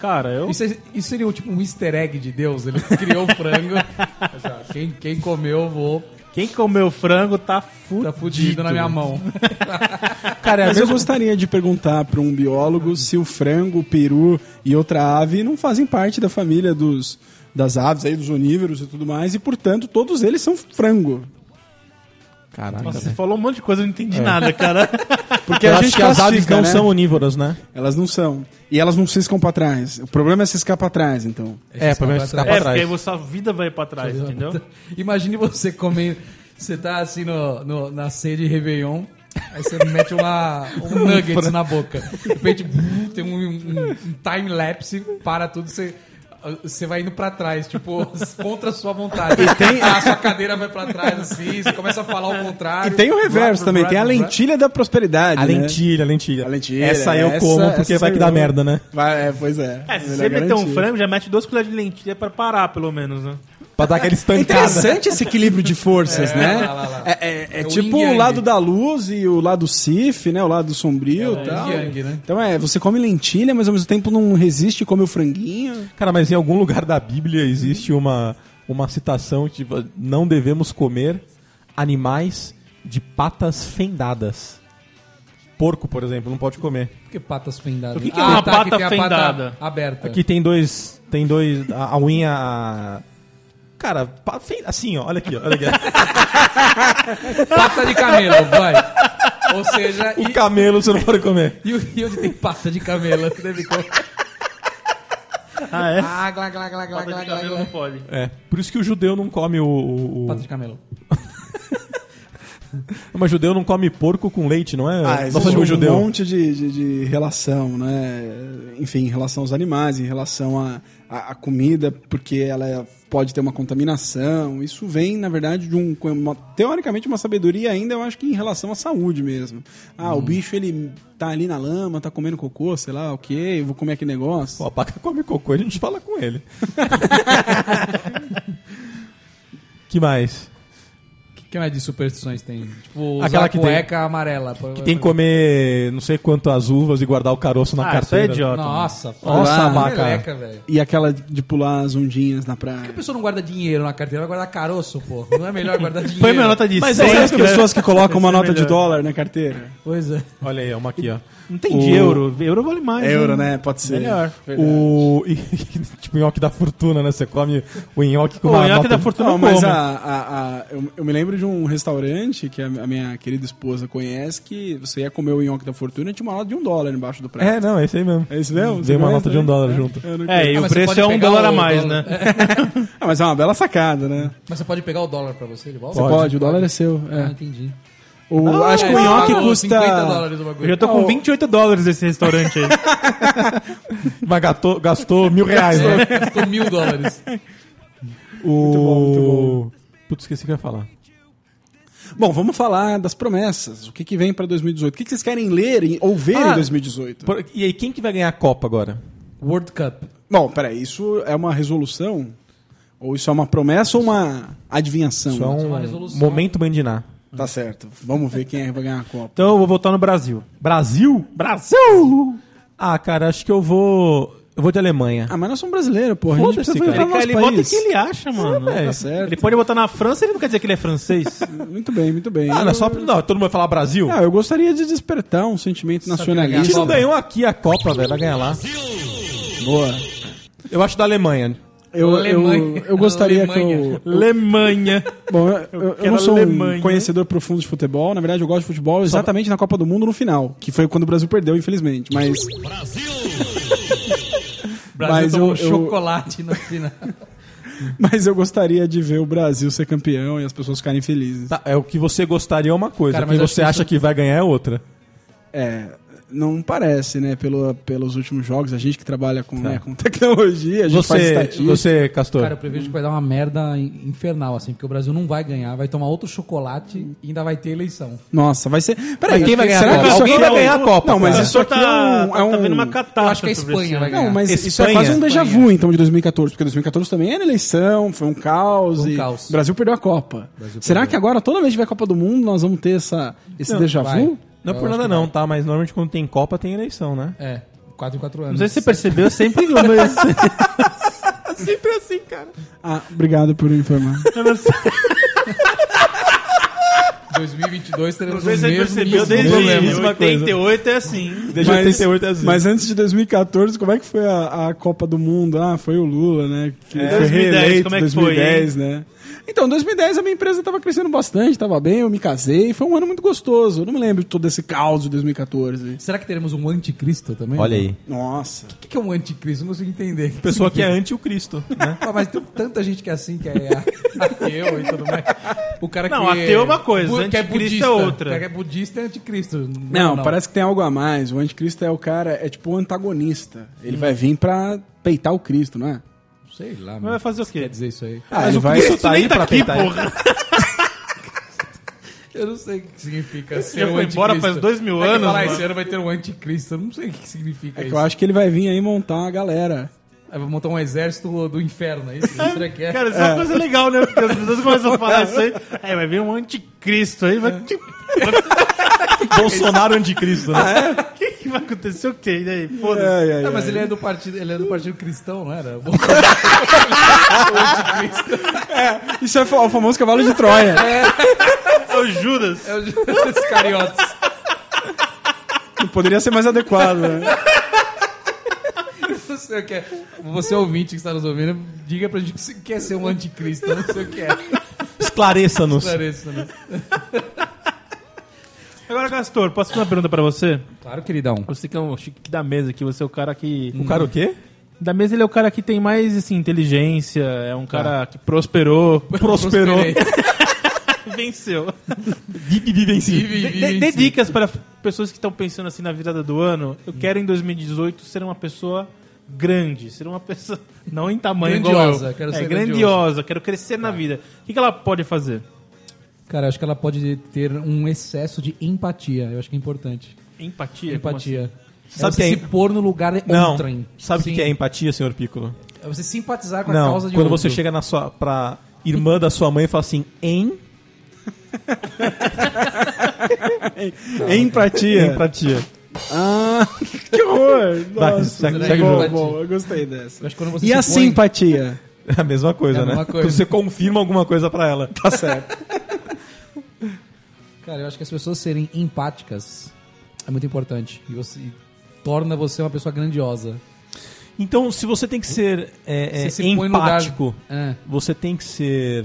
Speaker 3: Cara, eu.
Speaker 4: Isso, é- isso seria tipo um easter egg de Deus. Ele criou o frango. quem, quem comeu, vou.
Speaker 3: Quem comeu frango tá fudido.
Speaker 4: Tá fudido na minha mão.
Speaker 2: Cara, é a
Speaker 5: Mas eu
Speaker 2: mesma-
Speaker 5: gostaria de perguntar pra um biólogo se o frango, o peru e outra ave não fazem parte da família dos, das aves aí, dos onívoros e tudo mais, e portanto todos eles são frango.
Speaker 2: Caraca.
Speaker 3: Nossa, você falou um monte de coisa, eu não entendi nada, cara.
Speaker 5: Porque
Speaker 2: Eu
Speaker 5: a
Speaker 2: acho
Speaker 5: gente
Speaker 2: que as aves
Speaker 5: classifica,
Speaker 2: não
Speaker 5: né?
Speaker 2: são onívoras, né?
Speaker 5: Elas não são. E elas não ciscam pra trás. O problema é ciscar pra trás, então.
Speaker 2: É, pra mim é ciscar
Speaker 3: É,
Speaker 2: pra
Speaker 3: porque aí
Speaker 2: trás.
Speaker 3: você- sua vida vai pra trás, entendeu?
Speaker 4: Imagine você comendo. Você tá assim no, no- na ceia de Réveillon, aí você mete uma, um nuggets na boca. De repente bum, tem um, um, um time-lapse, para tudo, você. Você vai indo pra trás, tipo, contra a sua vontade. A sua cadeira vai pra trás, assim, você começa a falar ao
Speaker 5: E
Speaker 4: contrário.
Speaker 5: tem o reverso
Speaker 4: Rá,
Speaker 5: também,
Speaker 4: rá,
Speaker 5: tem a
Speaker 4: rá, rá.
Speaker 5: lentilha da prosperidade.
Speaker 2: A
Speaker 4: É.
Speaker 5: né?
Speaker 2: lentilha, a lentilha.
Speaker 5: A lentilha,
Speaker 2: Essa eu
Speaker 5: essa-
Speaker 2: como porque
Speaker 5: essa
Speaker 2: vai que
Speaker 5: eu-
Speaker 2: dá merda, né?
Speaker 5: Vai, é, pois é.
Speaker 3: É, se
Speaker 5: Melhor
Speaker 3: você meter um
Speaker 5: garantir.
Speaker 3: frango, já mete duas colheres de lentilha pra parar, pelo menos, né?
Speaker 2: Pra dar aquela
Speaker 5: É
Speaker 2: estancada.
Speaker 5: interessante esse equilíbrio de forças, né?
Speaker 4: lá, lá, lá.
Speaker 5: É, é- é
Speaker 4: É o
Speaker 5: tipo
Speaker 4: yin-yang.
Speaker 5: o lado da luz e o lado sif, né? O lado sombrio e tal.
Speaker 4: yin-yang, né?
Speaker 5: Então é, você come lentilha, mas ao mesmo tempo não resiste e come o franguinho.
Speaker 2: Cara, mas em algum lugar da Bíblia existe uma, uma citação tipo, não devemos comer animais de patas fendadas. Porco, por exemplo, não pode comer.
Speaker 4: Por que patas fendadas? Ah, tá,
Speaker 3: O que que é uma pata fendada?
Speaker 4: aberta.
Speaker 2: Aqui tem dois. Tem dois. A, a unha. a- Cara, pa- fe- assim, ó, olha aqui, ó, olha aqui.
Speaker 4: Pata de camelo, vai. Ou seja,
Speaker 2: O
Speaker 4: e,
Speaker 2: Um camelo você não pode comer.
Speaker 4: e, o- e onde tem pata de camelo? Deve co-
Speaker 3: Ah, é?
Speaker 4: Ah, glá, glá, glá, glá,
Speaker 3: Pata
Speaker 4: glá,
Speaker 3: de
Speaker 4: glá,
Speaker 3: cabelo
Speaker 4: glá.
Speaker 3: não pode.
Speaker 2: É. Por isso que o judeu não come o. o, o...
Speaker 4: Pata de camelo.
Speaker 2: Mas judeu não come porco com leite, não é?
Speaker 5: Ah,
Speaker 2: Nossa,
Speaker 5: existe
Speaker 2: de um
Speaker 5: um
Speaker 2: judeu.
Speaker 5: monte de, de, de relação, né? Enfim, em relação aos animais, em relação à à- à comida, porque ela é, pode ter uma contaminação. Isso vem, na verdade, de um uma- teoricamente uma sabedoria ainda, eu acho que em relação à saúde mesmo. Ah, o bicho ele tá ali na lama, tá comendo cocô, sei lá, o quê? Eu vou comer aquele negócio.
Speaker 2: Pô, a paca come cocô, a gente fala com ele. que mais?
Speaker 4: O que, que mais de superstições tem? Tipo, usar
Speaker 2: Aquela que tem-
Speaker 4: cueca amarela.
Speaker 2: Que tem que comer não sei quantas uvas e guardar o caroço na
Speaker 3: Ah, isso é
Speaker 2: carteira.
Speaker 3: idiota.
Speaker 4: Nossa,
Speaker 2: Nossa, vaca.
Speaker 4: meleca, velho.
Speaker 5: E aquela de pular as ondinhas na praia.
Speaker 4: A pessoa não guarda dinheiro na carteira, vai guardar caroço, pô. Não é melhor guardar dinheiro?
Speaker 3: Põe minha nota de
Speaker 2: Mas
Speaker 3: 100.
Speaker 5: Tem as
Speaker 3: cara.
Speaker 5: pessoas que colocam uma
Speaker 3: Esse é
Speaker 5: nota de
Speaker 3: melhor.
Speaker 5: dólar na carteira.
Speaker 4: Pois é.
Speaker 2: Olha aí, uma aqui, ó.
Speaker 3: Não tem de
Speaker 2: O-
Speaker 3: euro. Euro vale mais.
Speaker 5: É euro,
Speaker 3: né?
Speaker 5: né? Pode ser.
Speaker 3: Melhor.
Speaker 2: O. e- tipo, nhoque da fortuna, né? Você come o nhoque com
Speaker 3: O
Speaker 2: uma
Speaker 3: nhoque
Speaker 2: nota-
Speaker 3: da fortuna
Speaker 5: Não,
Speaker 3: eu
Speaker 5: mas
Speaker 3: como.
Speaker 5: a, a- a- eu, eu me lembro de de um restaurante que a a minha querida esposa conhece que você ia comer o nhoque da fortuna e tinha uma nota de um dólar embaixo do prato.
Speaker 2: É, não, é isso aí mesmo.
Speaker 5: É isso mesmo? Você
Speaker 2: Veio uma
Speaker 5: conhece
Speaker 2: nota de um
Speaker 5: também?
Speaker 2: dólar junto.
Speaker 5: Eu não
Speaker 3: É,
Speaker 5: conheço.
Speaker 3: e
Speaker 4: Ah,
Speaker 3: o
Speaker 4: mas você
Speaker 3: preço
Speaker 4: pode
Speaker 3: é um
Speaker 4: pegar
Speaker 3: dólar a
Speaker 4: o
Speaker 3: mais,
Speaker 4: dólar.
Speaker 3: né?
Speaker 5: Ah, mas é uma bela sacada, né?
Speaker 4: Mas você pode pegar o dólar pra você de volta?
Speaker 5: Você pode, o dólar é seu.
Speaker 4: Ah,
Speaker 5: é.
Speaker 4: entendi.
Speaker 5: O, acho que o
Speaker 4: É,
Speaker 5: nhoque
Speaker 4: pagou 50
Speaker 5: custa.
Speaker 4: dólares o bagulho.
Speaker 3: Eu já tô com
Speaker 5: Ó.
Speaker 3: 28 dólares nesse restaurante aí.
Speaker 2: Mas gastou, gastou mil reais, né?
Speaker 4: É, custou mil dólares.
Speaker 2: O... Muito bom, muito bom. Putz, esqueci o que eu ia falar.
Speaker 5: Bom, vamos falar das promessas. O que, que vem pra 2018? O que, que vocês querem ler em- ou ver
Speaker 2: Ah.
Speaker 5: em 2018?
Speaker 2: Por- E aí, quem que vai ganhar a Copa agora?
Speaker 4: World Cup.
Speaker 5: Bom, peraí, isso é uma resolução? Ou isso é uma promessa ou uma adivinhação?
Speaker 2: Isso é
Speaker 4: uma
Speaker 2: um
Speaker 4: resolução.
Speaker 2: momento mandinar.
Speaker 5: Tá certo. Vamos ver quem é que vai ganhar a Copa.
Speaker 3: Então eu vou votar no Brasil.
Speaker 2: Brasil? Brasil! Ah, cara, acho que eu vou... Eu vou de Alemanha.
Speaker 5: Ah, mas nós somos brasileiros, porra. A gente
Speaker 2: Foda-se,
Speaker 5: precisa
Speaker 2: cara.
Speaker 5: valorizar o nosso
Speaker 3: ele vota em
Speaker 5: país.
Speaker 3: quem ele acha, mano.
Speaker 2: velho.
Speaker 5: Tá certo.
Speaker 3: Ele pode votar na França, ele não quer dizer que ele é francês.
Speaker 5: Muito bem, muito bem.
Speaker 2: Ah, não é só... pra- Não, todo mundo vai falar Brasil?
Speaker 5: Ah, eu gostaria de despertar um sentimento
Speaker 3: é
Speaker 2: A gente
Speaker 5: nacionalista.
Speaker 2: não ganhou aqui a Copa, velho. Vai ganhar lá.
Speaker 5: Boa.
Speaker 2: Eu acho da Alemanha.
Speaker 5: Eu, eu,
Speaker 4: Alemanha.
Speaker 5: eu gostaria que
Speaker 4: Alemanha.
Speaker 5: eu...
Speaker 3: Alemanha.
Speaker 5: Bom, eu, eu
Speaker 3: quero
Speaker 5: não sou
Speaker 3: Alemanha.
Speaker 5: um conhecedor profundo de futebol. Na verdade, eu gosto de futebol exatamente na Copa do Mundo no final, que foi quando o Brasil perdeu, infelizmente. Mas
Speaker 4: O Brasil
Speaker 5: Mas
Speaker 4: tomou
Speaker 5: eu- eu-
Speaker 4: chocolate na final.
Speaker 5: Mas eu gostaria de ver o Brasil ser campeão e as pessoas ficarem felizes.
Speaker 2: Tá, é o que você gostaria é uma coisa,
Speaker 4: Cara,
Speaker 2: o que
Speaker 4: mas eu
Speaker 2: você
Speaker 4: acho que
Speaker 2: acha que vai ganhar é outra.
Speaker 5: É, não parece, né? Pelo, pelos últimos jogos, a gente que trabalha com, né, com tecnologia, a gente faz
Speaker 2: Tá. Você,
Speaker 5: estatística.
Speaker 2: você, Castor.
Speaker 4: Cara, eu prevejo que vai dar uma merda in- infernal, assim, porque o Brasil não vai ganhar, vai tomar outro chocolate e ainda vai ter eleição.
Speaker 5: Nossa, vai ser. Peraí,
Speaker 2: Mas quem vai ganhar
Speaker 5: será
Speaker 2: a
Speaker 5: que
Speaker 2: Copa?
Speaker 5: isso aqui
Speaker 2: Alguém
Speaker 5: é
Speaker 2: vai
Speaker 5: um-
Speaker 2: ganhar a Copa,
Speaker 5: Não, mas
Speaker 2: cara.
Speaker 5: isso aqui é um. é
Speaker 3: Tá
Speaker 5: um-
Speaker 3: vendo uma
Speaker 4: Eu
Speaker 3: catástrofe.
Speaker 4: acho que a Espanha vai ganhar.
Speaker 5: Não, mas isso é
Speaker 2: Espanha.
Speaker 5: quase um déjà
Speaker 4: Espanha.
Speaker 5: vu, então, de 2014, porque 2014 também era eleição, foi um caos.
Speaker 4: Foi um
Speaker 5: e
Speaker 4: caos.
Speaker 5: O Brasil perdeu a Copa. Será que agora, toda vez que tiver Copa do Mundo, nós vamos ter essa, esse
Speaker 2: Não,
Speaker 5: déjà
Speaker 4: vai.
Speaker 5: vu?
Speaker 2: Não é por nada não, tá? Mas normalmente quando tem Copa tem eleição, né?
Speaker 4: É, 4 em 4 anos.
Speaker 3: Não sei se você percebeu, sempre o meu-
Speaker 5: É
Speaker 2: Sempre assim, cara.
Speaker 5: Ah, obrigado por informar.
Speaker 4: 2022 teremos
Speaker 3: Não sei
Speaker 4: o
Speaker 3: se você
Speaker 4: mesmo
Speaker 3: percebeu,
Speaker 4: problema.
Speaker 3: desde
Speaker 2: Mesma coisa.
Speaker 3: 88 é assim.
Speaker 2: Desde
Speaker 5: Mas-
Speaker 2: 88 é assim.
Speaker 5: Mas antes de 2014, como é que foi a, a Copa do Mundo? Ah, foi o Lula, né? Que
Speaker 3: É.
Speaker 5: foi
Speaker 3: 2010,
Speaker 5: reeleito,
Speaker 3: como é que foi,
Speaker 5: 2010, né? Então, em 2010 a minha empresa tava crescendo bastante, tava bem, eu me casei, foi um ano muito gostoso. Eu não me lembro de todo esse caos de 2014.
Speaker 4: Será que teremos um anticristo também?
Speaker 2: Olha aí.
Speaker 5: Nossa.
Speaker 4: O que que é um anticristo? Eu não consigo entender.
Speaker 2: Pessoa que é anti o Cristo, né?
Speaker 4: Ah, mas tem tanta gente que é assim, que é a- ateu e tudo mais. O cara
Speaker 3: Não,
Speaker 4: que
Speaker 3: ateu é uma coisa,
Speaker 4: bu- que
Speaker 3: anticristo é
Speaker 4: budista.
Speaker 3: outra.
Speaker 4: O cara que é budista é anticristo.
Speaker 5: Não, parece que tem algo a mais. O anticristo é o cara, é tipo o antagonista. Ele vai vir pra peitar o Cristo, não é?
Speaker 4: Sei lá,
Speaker 3: Mas
Speaker 4: mano.
Speaker 3: vai fazer o
Speaker 4: Quer
Speaker 3: quê?
Speaker 4: dizer isso aí?
Speaker 5: Ah, ele vai.
Speaker 2: Cristo
Speaker 3: nem tá aqui,
Speaker 2: tentar-
Speaker 3: porra.
Speaker 4: Eu não sei o que significa ser
Speaker 3: já
Speaker 4: um
Speaker 3: foi embora
Speaker 4: anticristo.
Speaker 3: faz dois mil
Speaker 4: É que
Speaker 3: anos,
Speaker 4: Falar,
Speaker 3: mano.
Speaker 4: esse ano vai ter um anticristo. Eu não sei o que significa
Speaker 5: É que
Speaker 4: isso.
Speaker 5: eu acho que ele vai vir aí montar uma galera.
Speaker 4: Aí vai montar um exército do inferno, é isso? Será que é?
Speaker 3: Cara, isso é uma coisa legal, né? Porque as pessoas começam a falar isso aí. Aí vai vir um anticristo aí, vai.
Speaker 2: Bolsonaro anticristo, né?
Speaker 3: O que, que vai acontecer? O quê? E aí? Foda-se.
Speaker 5: É, é,
Speaker 4: Ah, mas ele é do partido, ele é do partido cristão, não era? é Bolsonaro.
Speaker 5: Isso é o famoso cavalo de Troia.
Speaker 3: É o Judas.
Speaker 4: É os cariotas.
Speaker 5: Poderia ser mais adequado, né?
Speaker 4: Não sei o que é. Você ouvinte que está nos ouvindo, diga pra gente que você quer ser um anticristo, eu não sei o que é.
Speaker 2: Esclareça-nos.
Speaker 4: Esclareça, né?
Speaker 3: Agora, Castor, posso fazer uma pergunta pra você?
Speaker 4: Claro, queridão.
Speaker 3: Você que é um chique da mesa aqui, você é o cara que.
Speaker 2: O cara o quê?
Speaker 3: Da mesa ele é o cara que tem mais assim, inteligência, é um cara que prosperou, prosperou,
Speaker 4: Prosperei.
Speaker 3: venceu.
Speaker 2: Vive, vive em si.
Speaker 4: Vive,
Speaker 3: Dê-
Speaker 4: vive
Speaker 3: Dê
Speaker 4: em
Speaker 3: dê
Speaker 4: si.
Speaker 3: dicas para pessoas que estão pensando assim na virada do ano. Eu quero em 2018 ser uma pessoa grande, ser uma pessoa não em tamanho
Speaker 4: Grandiosa,
Speaker 3: igual eu.
Speaker 4: quero
Speaker 3: é,
Speaker 4: ser
Speaker 3: grandiosa,
Speaker 4: grandiosa.
Speaker 3: quero crescer na vida. O que, que ela pode fazer?
Speaker 4: Cara, eu acho que ela pode ter um excesso de empatia. Eu acho que é importante.
Speaker 3: Empatia. como
Speaker 4: Empatia.
Speaker 2: Sabe
Speaker 4: é você
Speaker 2: que é-
Speaker 4: se pôr no lugar de
Speaker 2: Não.
Speaker 4: outrem.
Speaker 2: Sabe o que
Speaker 4: Sim.
Speaker 2: que é empatia, senhor Piccolo?
Speaker 4: É você simpatizar com a
Speaker 2: Não,
Speaker 4: causa de
Speaker 2: quando
Speaker 4: outro.
Speaker 2: você chega na sua, pra irmã da sua mãe e fala assim, em
Speaker 5: Empatia.
Speaker 2: empatia.
Speaker 5: Ah, que horror!
Speaker 2: Vai, segue-
Speaker 5: Nossa, né? bom,
Speaker 2: segue o jogo.
Speaker 5: bom, eu gostei dessa.
Speaker 4: Eu acho que quando você
Speaker 5: E
Speaker 4: se
Speaker 5: a
Speaker 4: põe-
Speaker 5: simpatia?
Speaker 2: É a mesma coisa,
Speaker 4: É a
Speaker 2: né?
Speaker 4: mesma coisa.
Speaker 2: Você confirma alguma coisa pra ela.
Speaker 5: Tá certo.
Speaker 4: Cara, eu acho que as pessoas serem empáticas é muito importante. E você e torna você uma pessoa grandiosa.
Speaker 2: Então, se você tem que ser é, é,
Speaker 4: Você se põe no lugar-
Speaker 2: empático,
Speaker 4: É.
Speaker 2: você tem que ser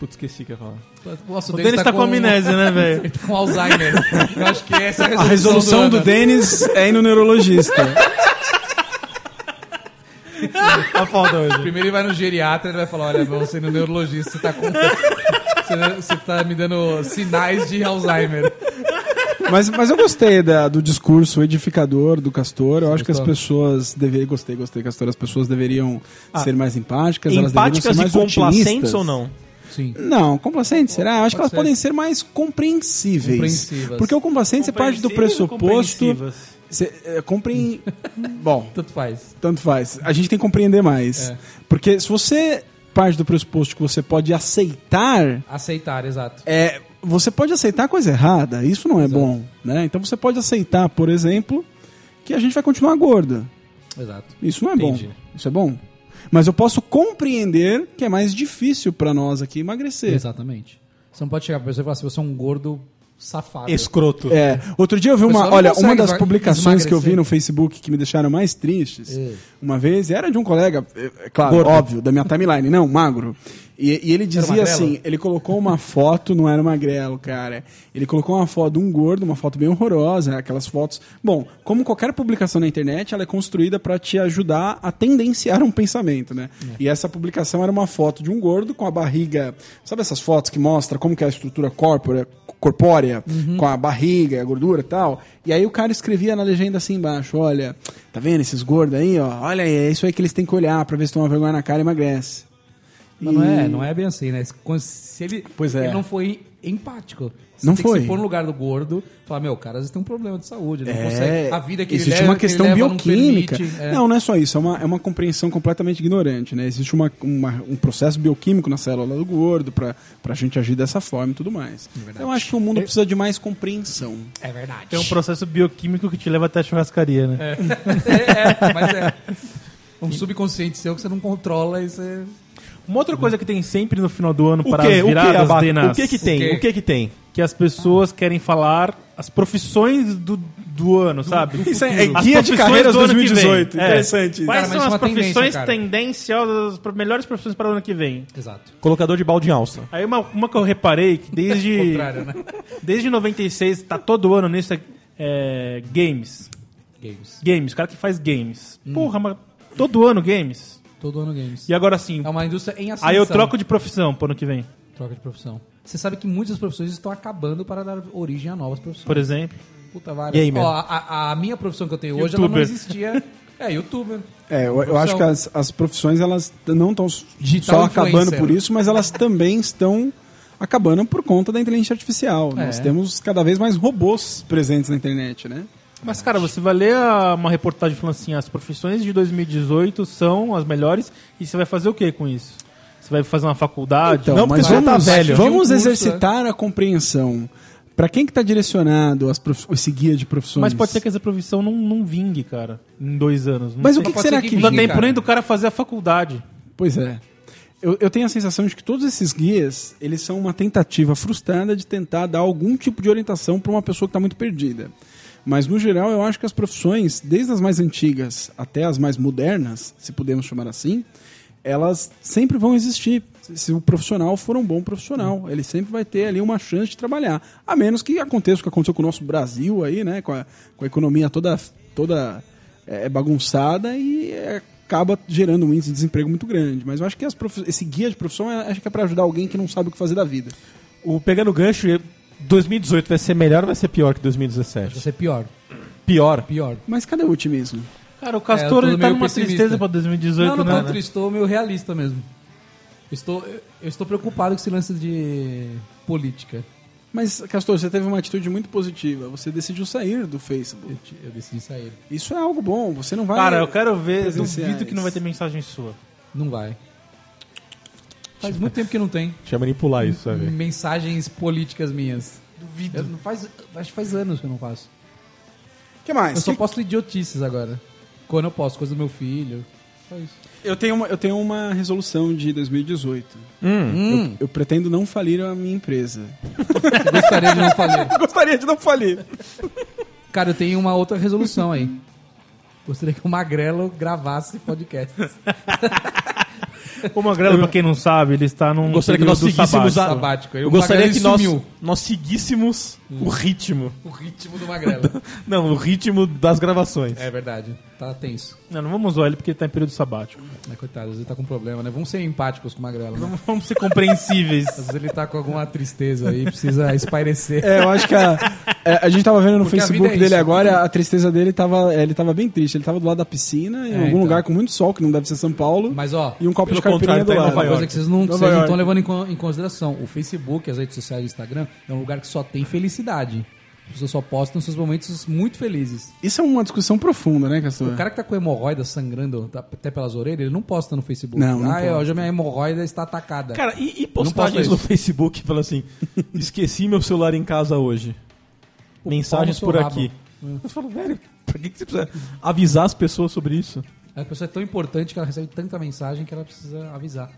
Speaker 2: Putz, esqueci o que eu ia falar.
Speaker 4: Nossa,
Speaker 3: O Denis tá com amnésia, né, velho?
Speaker 4: Ele tá com Alzheimer. Eu acho que essa é
Speaker 5: A resolução do,
Speaker 4: ano.
Speaker 5: Denis é ir no neurologista.
Speaker 2: Tá foda hoje.
Speaker 4: Primeiro ele vai no geriatra, ele vai falar, olha, você no neurologista, você tá com... Você, você tá me dando sinais de Alzheimer.
Speaker 5: Mas, mas eu gostei da- do discurso edificador do Castor. Eu acho que as
Speaker 4: gostou?
Speaker 5: pessoas deveriam. Gostei, gostei, Castor. As pessoas deveriam ser mais empáticas. elas deveriam
Speaker 2: Empáticas
Speaker 5: ser
Speaker 2: e
Speaker 5: mais
Speaker 2: complacentes
Speaker 5: otimistas.
Speaker 2: ou não?
Speaker 4: Sim.
Speaker 5: Não, complacentes, será? Eu acho que elas
Speaker 4: ser.
Speaker 5: podem ser mais compreensíveis.
Speaker 4: Compreensivas.
Speaker 5: Porque o complacente é parte do pressuposto.
Speaker 3: Compreensivas.
Speaker 5: Cê, é, compre... Bom,
Speaker 4: Tanto faz.
Speaker 5: tanto faz. A gente tem que compreender mais.
Speaker 4: É.
Speaker 5: Porque se você parte do pressuposto que você pode aceitar
Speaker 4: Aceitar, exato.
Speaker 5: é, você pode aceitar coisa errada, isso não é bom, né? Então você pode aceitar, por exemplo, que a gente vai continuar gorda.
Speaker 4: Exato.
Speaker 5: Isso não é
Speaker 4: Entendi.
Speaker 5: bom. Isso é bom. Mas eu posso compreender que é mais difícil pra nós aqui emagrecer.
Speaker 4: Exatamente. Você não pode chegar pra pessoa e falar assim, você é um gordo safado.
Speaker 2: Escroto.
Speaker 5: É, outro dia eu vi
Speaker 4: pessoal
Speaker 5: uma,
Speaker 4: não
Speaker 5: olha,
Speaker 4: consegue
Speaker 5: uma das
Speaker 4: esma-
Speaker 5: publicações que eu vi
Speaker 4: esmagrecer.
Speaker 5: no Facebook que me deixaram mais tristes,
Speaker 4: É.
Speaker 5: uma vez, era de um colega, é, é claro,
Speaker 2: Gordo.
Speaker 5: óbvio, da minha timeline, não, magro. E, e ele dizia
Speaker 4: magrelo?
Speaker 5: assim, ele colocou uma foto, não era magrelo, cara. Ele colocou uma foto de um gordo, uma foto bem horrorosa, aquelas fotos. Bom, como qualquer publicação na internet, ela é construída pra te ajudar a tendenciar um pensamento, né?
Speaker 4: É.
Speaker 5: E essa publicação era uma foto de um gordo com a barriga, sabe essas fotos que mostra como que é a estrutura corpora, corpórea,
Speaker 4: Uhum.
Speaker 5: com a barriga, a gordura e tal. E aí o cara escrevia na legenda assim embaixo, olha, tá vendo esses gordos aí, ó? Olha aí, é isso aí que eles têm que olhar pra ver se toma vergonha na cara e emagrece.
Speaker 4: Mas não é, não é bem assim, né? Se ele,
Speaker 5: Pois é.
Speaker 4: ele não foi empático. Você
Speaker 5: Não
Speaker 4: tem
Speaker 5: foi.
Speaker 4: que se pôr no lugar do gordo e falar, meu, o cara às vezes tem um problema de saúde, ele não
Speaker 5: É,
Speaker 4: consegue. A vida que
Speaker 5: existe
Speaker 4: ele leva,
Speaker 5: uma questão
Speaker 4: que ele leva
Speaker 5: bioquímica.
Speaker 4: Não, permite, é.
Speaker 5: Não, não é só isso, é uma, é uma compreensão completamente ignorante, né? Existe uma, uma- um processo bioquímico na célula do gordo pra, pra gente agir dessa forma e tudo mais. Então, eu acho que o mundo precisa de mais compreensão.
Speaker 4: é verdade.
Speaker 3: Tem um processo bioquímico que te leva até a churrascaria, né?
Speaker 4: é, é, mas é. Um subconsciente seu que você não controla e você.
Speaker 3: Uma outra coisa que tem sempre no final do ano
Speaker 2: O
Speaker 3: para
Speaker 2: que?
Speaker 3: as
Speaker 2: O que,
Speaker 3: viradas,
Speaker 2: Abaca?
Speaker 3: Denas,
Speaker 2: O que que tem?
Speaker 4: quê?
Speaker 2: O que que tem?
Speaker 3: que as pessoas querem falar as profissões do, do ano, sabe?
Speaker 5: Isso é- é
Speaker 3: As
Speaker 5: guia de
Speaker 3: profissões
Speaker 5: carreiras
Speaker 3: do ano que vem.
Speaker 5: 2018,
Speaker 3: É.
Speaker 5: interessante.
Speaker 3: Quais
Speaker 4: Cara,
Speaker 3: são
Speaker 4: mas isso é
Speaker 3: as
Speaker 4: uma
Speaker 3: profissões
Speaker 4: tendência, cara.
Speaker 3: tendenciosas, as pro- melhores profissões para o ano que vem?
Speaker 4: Exato.
Speaker 2: Colocador de balde em alça.
Speaker 3: Aí uma, uma que eu reparei, que desde,
Speaker 4: Contrário, né?
Speaker 3: desde 96, tá todo ano nisso, é, é, games.
Speaker 4: Games.
Speaker 3: Games, o cara que faz games.
Speaker 4: Hum.
Speaker 3: Porra, mas todo ano games.
Speaker 4: Todo ano games.
Speaker 3: E agora sim,
Speaker 4: É uma indústria em ascensão.
Speaker 3: aí eu troco de profissão pro ano que vem,
Speaker 4: Troca de profissão. Você sabe que muitas profissões estão acabando para dar origem a novas profissões.
Speaker 3: por exemplo.
Speaker 4: Puta várias.
Speaker 2: E aí, mano?
Speaker 4: Ó, a, a minha profissão que eu tenho hoje, ela
Speaker 3: Youtuber.
Speaker 4: não existia. É, youtuber.
Speaker 5: É, eu, eu
Speaker 4: Profissão.
Speaker 5: acho que as, as profissões elas t- não estão só
Speaker 4: Digital
Speaker 5: acabando
Speaker 4: influencer.
Speaker 5: por isso, mas elas também estão acabando por conta da inteligência artificial.
Speaker 4: É.
Speaker 5: Nós temos cada vez mais robôs presentes na internet, né?
Speaker 3: Mas, cara, você vai ler a- uma reportagem falando assim, as profissões de 2018 são as melhores, e você vai fazer o que com isso? Você vai fazer uma faculdade?
Speaker 5: Então,
Speaker 2: Não,
Speaker 5: mas
Speaker 2: porque
Speaker 5: vamos,
Speaker 2: já tá velho.
Speaker 5: vamos
Speaker 4: Um curso,
Speaker 2: é.
Speaker 5: exercitar a compreensão. Pra quem que tá direcionado as prof... esse guia de profissões?
Speaker 3: Mas pode ser que essa profissão não, não vingue, cara, em dois anos. Não
Speaker 5: Mas o
Speaker 3: tem-
Speaker 5: que, que
Speaker 4: pode
Speaker 5: será
Speaker 4: ser
Speaker 5: que...
Speaker 4: que
Speaker 3: Não dá
Speaker 4: vingue,
Speaker 3: tempo
Speaker 4: cara?
Speaker 3: nem do cara fazer a faculdade.
Speaker 5: Pois é. Eu, eu tenho a sensação de que todos esses guias, eles são uma tentativa frustrada de tentar dar algum tipo de orientação para uma pessoa que está muito perdida. Mas, no geral, eu acho que as profissões, desde as mais antigas até as mais modernas, se podemos chamar assim, elas sempre vão existir. Se- Se o profissional for um bom profissional, ele sempre vai ter ali uma chance de trabalhar. A menos que aconteça o que aconteceu com o nosso Brasil aí, né? Com a, com a economia toda, toda é bagunçada e é, acaba gerando um índice de desemprego muito grande. Mas eu acho que as profi- esse guia de profissão eu acho que é para ajudar alguém que não sabe o que fazer da vida.
Speaker 2: O Pegando Gancho, 2018 vai ser melhor ou vai ser pior que
Speaker 4: Vai
Speaker 2: 2017?
Speaker 4: ser pior.
Speaker 2: Pior.
Speaker 4: Pior.
Speaker 5: Mas cadê o otimismo?
Speaker 3: Cara, o
Speaker 4: É, eu
Speaker 3: Castor,
Speaker 4: tô
Speaker 3: ele tá
Speaker 4: meio
Speaker 3: numa
Speaker 4: pessimista.
Speaker 3: tristeza pra 2018,
Speaker 4: Não, não,
Speaker 3: né?
Speaker 4: não, estou meio realista mesmo. Estou, eu eu estou preocupado com esse lance de política.
Speaker 5: Mas, Castor, você teve uma atitude muito positiva. Você decidiu sair do
Speaker 4: Eu,
Speaker 5: Facebook.
Speaker 4: te- eu decidi sair.
Speaker 5: Isso é algo bom. Você não vai.
Speaker 3: Cara, eu quero ver, eu
Speaker 5: presenciais.
Speaker 3: duvido que não vai ter mensagem sua.
Speaker 4: Não vai. Faz muito tempo que não tem
Speaker 2: Deixa eu manipular isso, sabe?
Speaker 4: mensagens políticas minhas.
Speaker 3: Duvido.
Speaker 4: Eu não faz, acho que faz anos que eu não faço.
Speaker 5: que mais?
Speaker 4: Eu só
Speaker 5: Que-
Speaker 4: posto idiotices agora. Quando eu posto, coisa do meu filho. Só isso.
Speaker 5: eu, tenho uma, eu tenho uma resolução de 2018. Eu, eu pretendo não falir a minha empresa.
Speaker 4: Eu gostaria de não fazer.
Speaker 5: Eu gostaria de não falir.
Speaker 4: Cara, eu tenho uma outra resolução aí. Gostaria que o Magrelo gravasse podcast.
Speaker 3: O Magrelo, pra quem não sabe, ele está num.
Speaker 2: Eu gostaria que nós
Speaker 3: período
Speaker 2: seguíssemos a-
Speaker 3: sabático.
Speaker 4: Sabático. Aí
Speaker 2: Eu
Speaker 4: o
Speaker 2: gostaria
Speaker 4: Magrelo
Speaker 2: que nós,
Speaker 4: sumiu.
Speaker 2: nós seguíssemos o ritmo.
Speaker 4: O ritmo do Magrela.
Speaker 2: Não, o ritmo das gravações.
Speaker 4: é verdade. Tá tenso.
Speaker 3: Não, não vamos zoar ele porque ele tá em período sabático.
Speaker 4: Né, coitado, às vezes ele tá com problema, né? Vamos ser empáticos com o Magrela. Né?
Speaker 3: Vamos ser compreensíveis.
Speaker 4: Às vezes ele tá com alguma tristeza aí, precisa espairecer.
Speaker 5: É, eu acho que a, é, a gente tava vendo no
Speaker 4: Porque a
Speaker 5: Facebook
Speaker 4: vida é
Speaker 5: dele
Speaker 4: isso.
Speaker 5: agora, a tristeza dele tava, é, ele tava bem triste. Ele tava do lado da piscina, em
Speaker 4: É,
Speaker 5: algum
Speaker 4: então.
Speaker 5: lugar com muito sol, que não deve ser São Paulo,
Speaker 4: Mas ó,
Speaker 5: e um copo de
Speaker 2: pelo
Speaker 5: caipirinha
Speaker 2: contrário,
Speaker 5: do
Speaker 2: tá em
Speaker 5: lado.
Speaker 2: Nova
Speaker 4: coisa
Speaker 2: York.
Speaker 4: que vocês não,
Speaker 5: Nova
Speaker 4: vocês não
Speaker 5: York.
Speaker 4: estão levando em, con- em consideração. O Facebook, as redes sociais, o Instagram, é um lugar que só tem felicidade. As pessoas só postam seus momentos muito felizes.
Speaker 5: Isso é uma discussão profunda, né, Castor?
Speaker 4: O cara que tá com hemorroida sangrando tá- até pelas orelhas, ele não posta no Facebook.
Speaker 5: Não, não
Speaker 4: ah, eu-
Speaker 5: posta.
Speaker 4: hoje a minha hemorroida está atacada.
Speaker 2: Cara, e, e
Speaker 4: posso
Speaker 2: postagens
Speaker 4: isso.
Speaker 2: no Facebook falando assim: esqueci meu celular em casa hoje.
Speaker 4: Pô,
Speaker 2: Mensagens
Speaker 4: pau no
Speaker 2: por
Speaker 4: seu
Speaker 2: aqui.
Speaker 4: É.
Speaker 2: Eu falo, velho, pra que, que você precisa avisar as pessoas sobre isso?
Speaker 4: A pessoa é tão importante que ela recebe tanta mensagem que ela precisa avisar.